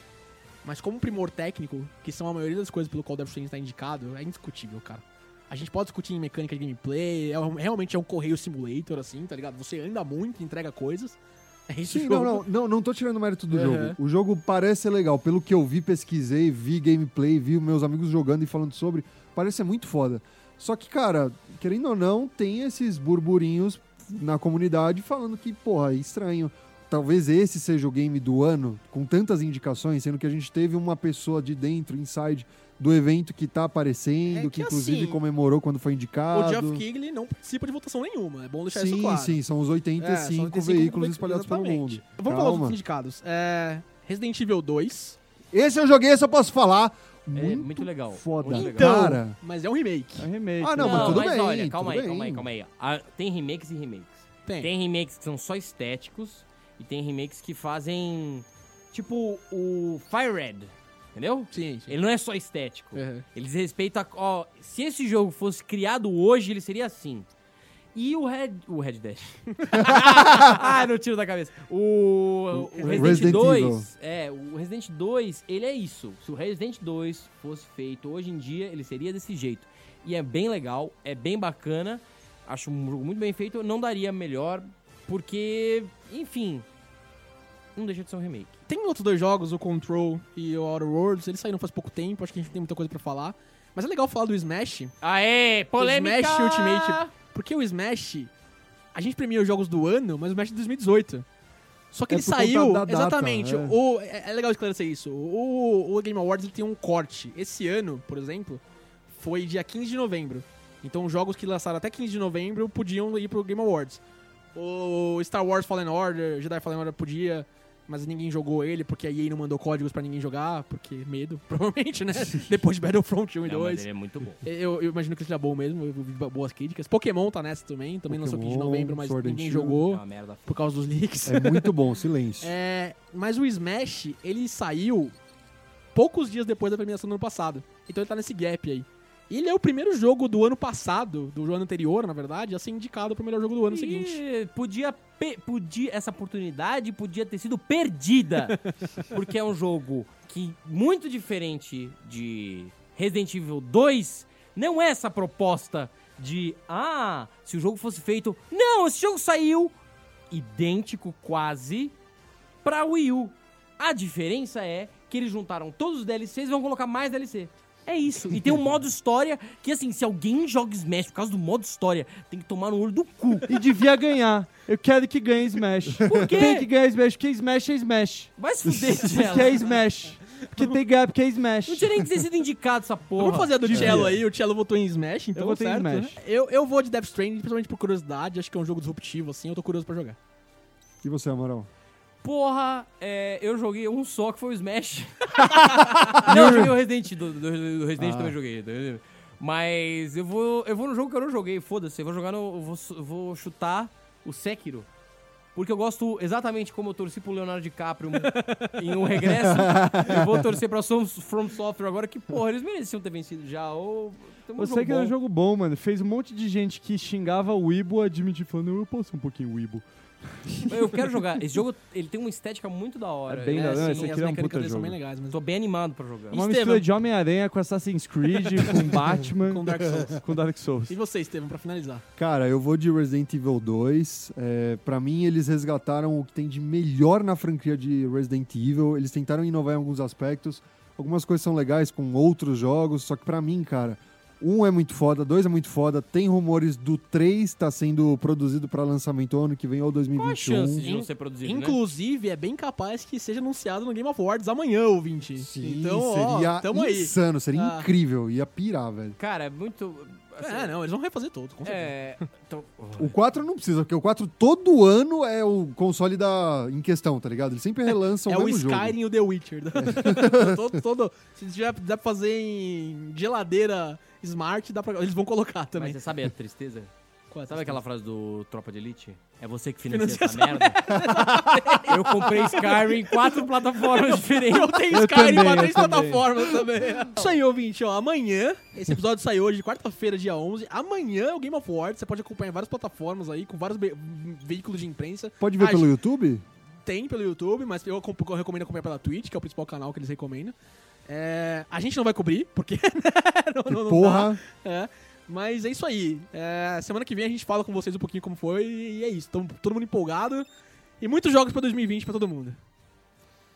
Speaker 8: Mas como primor técnico, que são a maioria das coisas pelo qual o Death Stranding está indicado, é indiscutível, cara. A gente pode discutir em mecânica de gameplay, é um- realmente é um correio simulator, assim, tá ligado? Você anda muito, entrega coisas. É isso
Speaker 2: Sim,
Speaker 8: jogo.
Speaker 2: não, não, não, não tô tirando o mérito do
Speaker 8: Uhum.
Speaker 2: jogo. O jogo parece ser legal. Pelo que eu vi, pesquisei, vi gameplay, vi meus amigos jogando e falando sobre, parece ser muito foda. Só que, cara, querendo ou não, tem esses burburinhos na comunidade falando que, porra, é estranho. Talvez esse seja o game do ano, com tantas indicações, sendo que a gente teve uma pessoa de dentro, inside, do evento que tá aparecendo,
Speaker 8: É
Speaker 2: que,
Speaker 8: que
Speaker 2: inclusive
Speaker 8: assim,
Speaker 2: comemorou quando foi
Speaker 8: O
Speaker 2: indicado.
Speaker 8: Geoff Keighley não participa de votação nenhuma. É bom deixar
Speaker 2: sim,
Speaker 8: isso claro.
Speaker 2: sim, são os
Speaker 8: É,
Speaker 2: 85
Speaker 8: são 85
Speaker 2: veículos espalhados pelo
Speaker 8: exatamente.
Speaker 2: mundo.
Speaker 8: Vamos falar dos
Speaker 2: Calma.
Speaker 8: outros indicados. É, Resident Evil 2,
Speaker 2: Esse eu joguei, esse eu posso falar.
Speaker 5: É
Speaker 2: Muito
Speaker 5: muito legal.
Speaker 2: foda.
Speaker 5: Muito legal.
Speaker 8: Então-
Speaker 2: Cara,
Speaker 8: mas é um remake.
Speaker 4: É um remake.
Speaker 2: Ah, não, mas tudo bem,
Speaker 5: olha, calma
Speaker 2: tudo
Speaker 5: aí, calma
Speaker 2: bem.
Speaker 5: aí, calma aí. Ah, tem remakes e remakes.
Speaker 8: Tem.
Speaker 5: Tem remakes que são só estéticos e tem remakes que fazem tipo o Fire Red, entendeu?
Speaker 8: Sim, sim.
Speaker 5: Ele não é só estético.
Speaker 8: Uhum.
Speaker 5: Eles respeitam. a- Ó, se esse jogo fosse criado hoje, ele seria assim. E o Red. O Red Dead. ah, não tiro da cabeça. O, o Resident,
Speaker 2: Resident
Speaker 5: 2.
Speaker 2: Evil.
Speaker 5: É, o Resident 2, ele é isso. Se o Resident 2 fosse feito hoje em dia, ele seria desse jeito. E é bem legal, é bem bacana. Acho um jogo muito bem feito. Não daria melhor, porque, enfim. Não deixa de ser um remake.
Speaker 8: Tem outros dois jogos, o Control e o Outer Worlds, eles saíram faz pouco tempo, acho que a gente tem muita coisa pra falar. Mas é legal falar do Smash,
Speaker 5: Aê, polêmica!
Speaker 8: Smash Ultimate. porque o Smash, a gente premia os jogos do ano, mas o Smash é de 2018. Só que
Speaker 2: É
Speaker 8: ele
Speaker 2: por conta
Speaker 8: saiu,
Speaker 2: da data,
Speaker 8: exatamente,
Speaker 2: é.
Speaker 8: o, é, é legal esclarecer isso, o, o Game Awards ele tem um corte. Esse ano, por exemplo, foi dia 15 de novembro. Então os jogos que lançaram até 15 de novembro podiam ir pro Game Awards. O Star Wars Fallen Order, Jedi Fallen Order podia, mas ninguém jogou ele porque a EA não mandou códigos pra ninguém jogar, porque medo, provavelmente, né? Depois de Battlefront 1 e
Speaker 5: Não, mas
Speaker 8: 2.
Speaker 5: ele é muito bom.
Speaker 8: Eu, eu imagino que ele seja bom mesmo, eu vi boas críticas. Pokémon tá nessa também, também lançou 15 de
Speaker 2: Pokémon,
Speaker 8: novembro, mas
Speaker 2: Sword and
Speaker 8: ninguém
Speaker 2: Shield.
Speaker 5: É
Speaker 8: jogou
Speaker 5: uma merda. feia.
Speaker 8: por causa dos leaks.
Speaker 2: é muito bom, silêncio.
Speaker 8: É, mas o Smash, ele saiu poucos dias depois da premiação do ano passado. Então ele tá nesse gap aí. E ele é o primeiro jogo do ano passado, do ano anterior, na verdade, a ser indicado pro melhor jogo do ano
Speaker 5: E
Speaker 8: seguinte.
Speaker 5: Podia, pe- podia, essa oportunidade podia ter sido perdida. porque é um jogo que, muito diferente de Resident Evil 2, não é essa proposta de, ah, se o jogo fosse feito. Não, esse jogo saiu idêntico quase pra Wii U. A diferença é que eles juntaram todos os DLCs e vão colocar mais DLC. É isso. E tem um modo história que, assim, se alguém joga Smash por causa do modo história, tem que tomar no olho do cu.
Speaker 4: E devia ganhar. Eu quero que ganhe Smash.
Speaker 5: Por quê?
Speaker 4: Tem que ganhar Smash, porque Smash é Smash.
Speaker 5: Vai se fuder,
Speaker 4: Porque é
Speaker 5: Tchelo.
Speaker 4: Smash. Porque tem que ganhar, porque é Smash.
Speaker 5: Não tinha nem que ter sido indicado essa porra.
Speaker 8: Vamos fazer a do Cello aí, o Cello votou em Smash, então
Speaker 4: votei em
Speaker 8: certo.
Speaker 4: Smash.
Speaker 8: né? Eu, eu vou de Death Stranding, principalmente por curiosidade, acho que é um jogo disruptivo, assim, eu tô curioso pra jogar.
Speaker 2: E você, Amaral?
Speaker 5: Porra, é, eu joguei um só que foi o Smash. não, eu joguei o Resident do, do, do
Speaker 4: Ah.
Speaker 5: Resident também joguei. do- Mas eu vou, eu vou no jogo que eu não joguei, foda-se. Eu vou jogar no. Eu vou, su- eu vou chutar o Sekiro. Porque eu gosto exatamente como eu torci pro Leonardo DiCaprio em um regresso. eu vou torcer pra Som- From Software agora, que, porra, eles mereciam ter vencido já. Ou, tem um
Speaker 4: Eu
Speaker 5: jogo
Speaker 4: sei que era um
Speaker 5: bom.
Speaker 4: jogo bom, mano. Fez um monte de gente que xingava o Ibo admitir, falando, eu posso um pouquinho o Ibo.
Speaker 5: Eu quero jogar. Esse jogo ele tem uma estética muito da hora. assim,
Speaker 4: É bem da- não,
Speaker 8: sim,
Speaker 4: esse aqui
Speaker 8: as
Speaker 4: é um
Speaker 8: mecânicas
Speaker 4: puta
Speaker 8: deles são
Speaker 4: jogo.
Speaker 8: bem legais, mas
Speaker 5: Tô bem animado pra jogar.
Speaker 4: Uma
Speaker 8: Estevam.
Speaker 4: mistura de Homem-Aranha com Assassin's Creed, com Batman,
Speaker 8: com Dark Souls.
Speaker 4: com Dark Souls.
Speaker 8: E você, Estevam, pra finalizar?
Speaker 2: Cara, eu vou de Resident Evil 2. É, para mim, eles resgataram o que tem de melhor na franquia de Resident Evil. Eles tentaram inovar em alguns aspectos. Algumas coisas são legais com outros jogos, só que pra mim, cara, um é muito foda, dois é muito foda. Tem rumores do 3 tá sendo produzido pra lançamento ano que vem ou
Speaker 5: Qual a
Speaker 2: 2021.
Speaker 5: chance de não ser produzido, né?
Speaker 8: Inclusive, é bem capaz que seja anunciado no Game Awards amanhã, ouvinte.
Speaker 2: Sim,
Speaker 8: então,
Speaker 2: um. seria
Speaker 8: ó, tamo aí.
Speaker 2: insano, seria
Speaker 8: Ah.
Speaker 2: incrível, ia pirar, velho.
Speaker 5: Cara, é muito. assim,
Speaker 8: É, não, eles vão refazer todos, com certeza.
Speaker 5: é, então,
Speaker 2: O 4 não precisa, porque o 4 todo ano é o console da em questão, tá ligado? Eles sempre relançam
Speaker 8: É
Speaker 2: o
Speaker 8: o
Speaker 2: mesmo jogo. É.
Speaker 8: Skyrim e o The Witcher. todo, todo, se já dá pra fazer em geladeira smart, dá pra, eles vão colocar também.
Speaker 5: mas você sabe a tristeza?
Speaker 8: Qual é a
Speaker 5: Sabe
Speaker 8: tristeza?
Speaker 5: aquela frase do Tropa de Elite? É você que financia, essa merda? Eu comprei Skyrim em quatro plataformas diferentes.
Speaker 8: Eu tenho Skyrim
Speaker 4: também,
Speaker 8: pra
Speaker 4: eu
Speaker 8: três
Speaker 4: também.
Speaker 8: plataformas também. Isso aí, ouvinte, ó. Amanhã, esse episódio sai hoje, quarta-feira, dia 11. Amanhã é o Game of Awards. Você pode acompanhar em várias plataformas aí, com vários ve- veículos de imprensa.
Speaker 2: Pode ver
Speaker 8: Ah,
Speaker 2: pelo YouTube?
Speaker 8: tem pelo YouTube, mas eu, acom- eu recomendo acompanhar pela Twitch, que é o principal canal que eles recomendam. É, a gente não vai cobrir, porque. não, não- não
Speaker 2: Porra!
Speaker 8: dá. É, mas é isso aí. É, semana que vem a gente fala com vocês um pouquinho como foi e é isso. Tamo todo mundo empolgado. E muitos jogos pra 2020 pra todo mundo.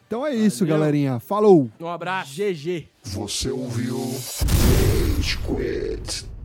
Speaker 2: Então é isso, galerinha. Falou!
Speaker 5: Um abraço.
Speaker 8: GG.
Speaker 6: Você ouviu? Rage Quit.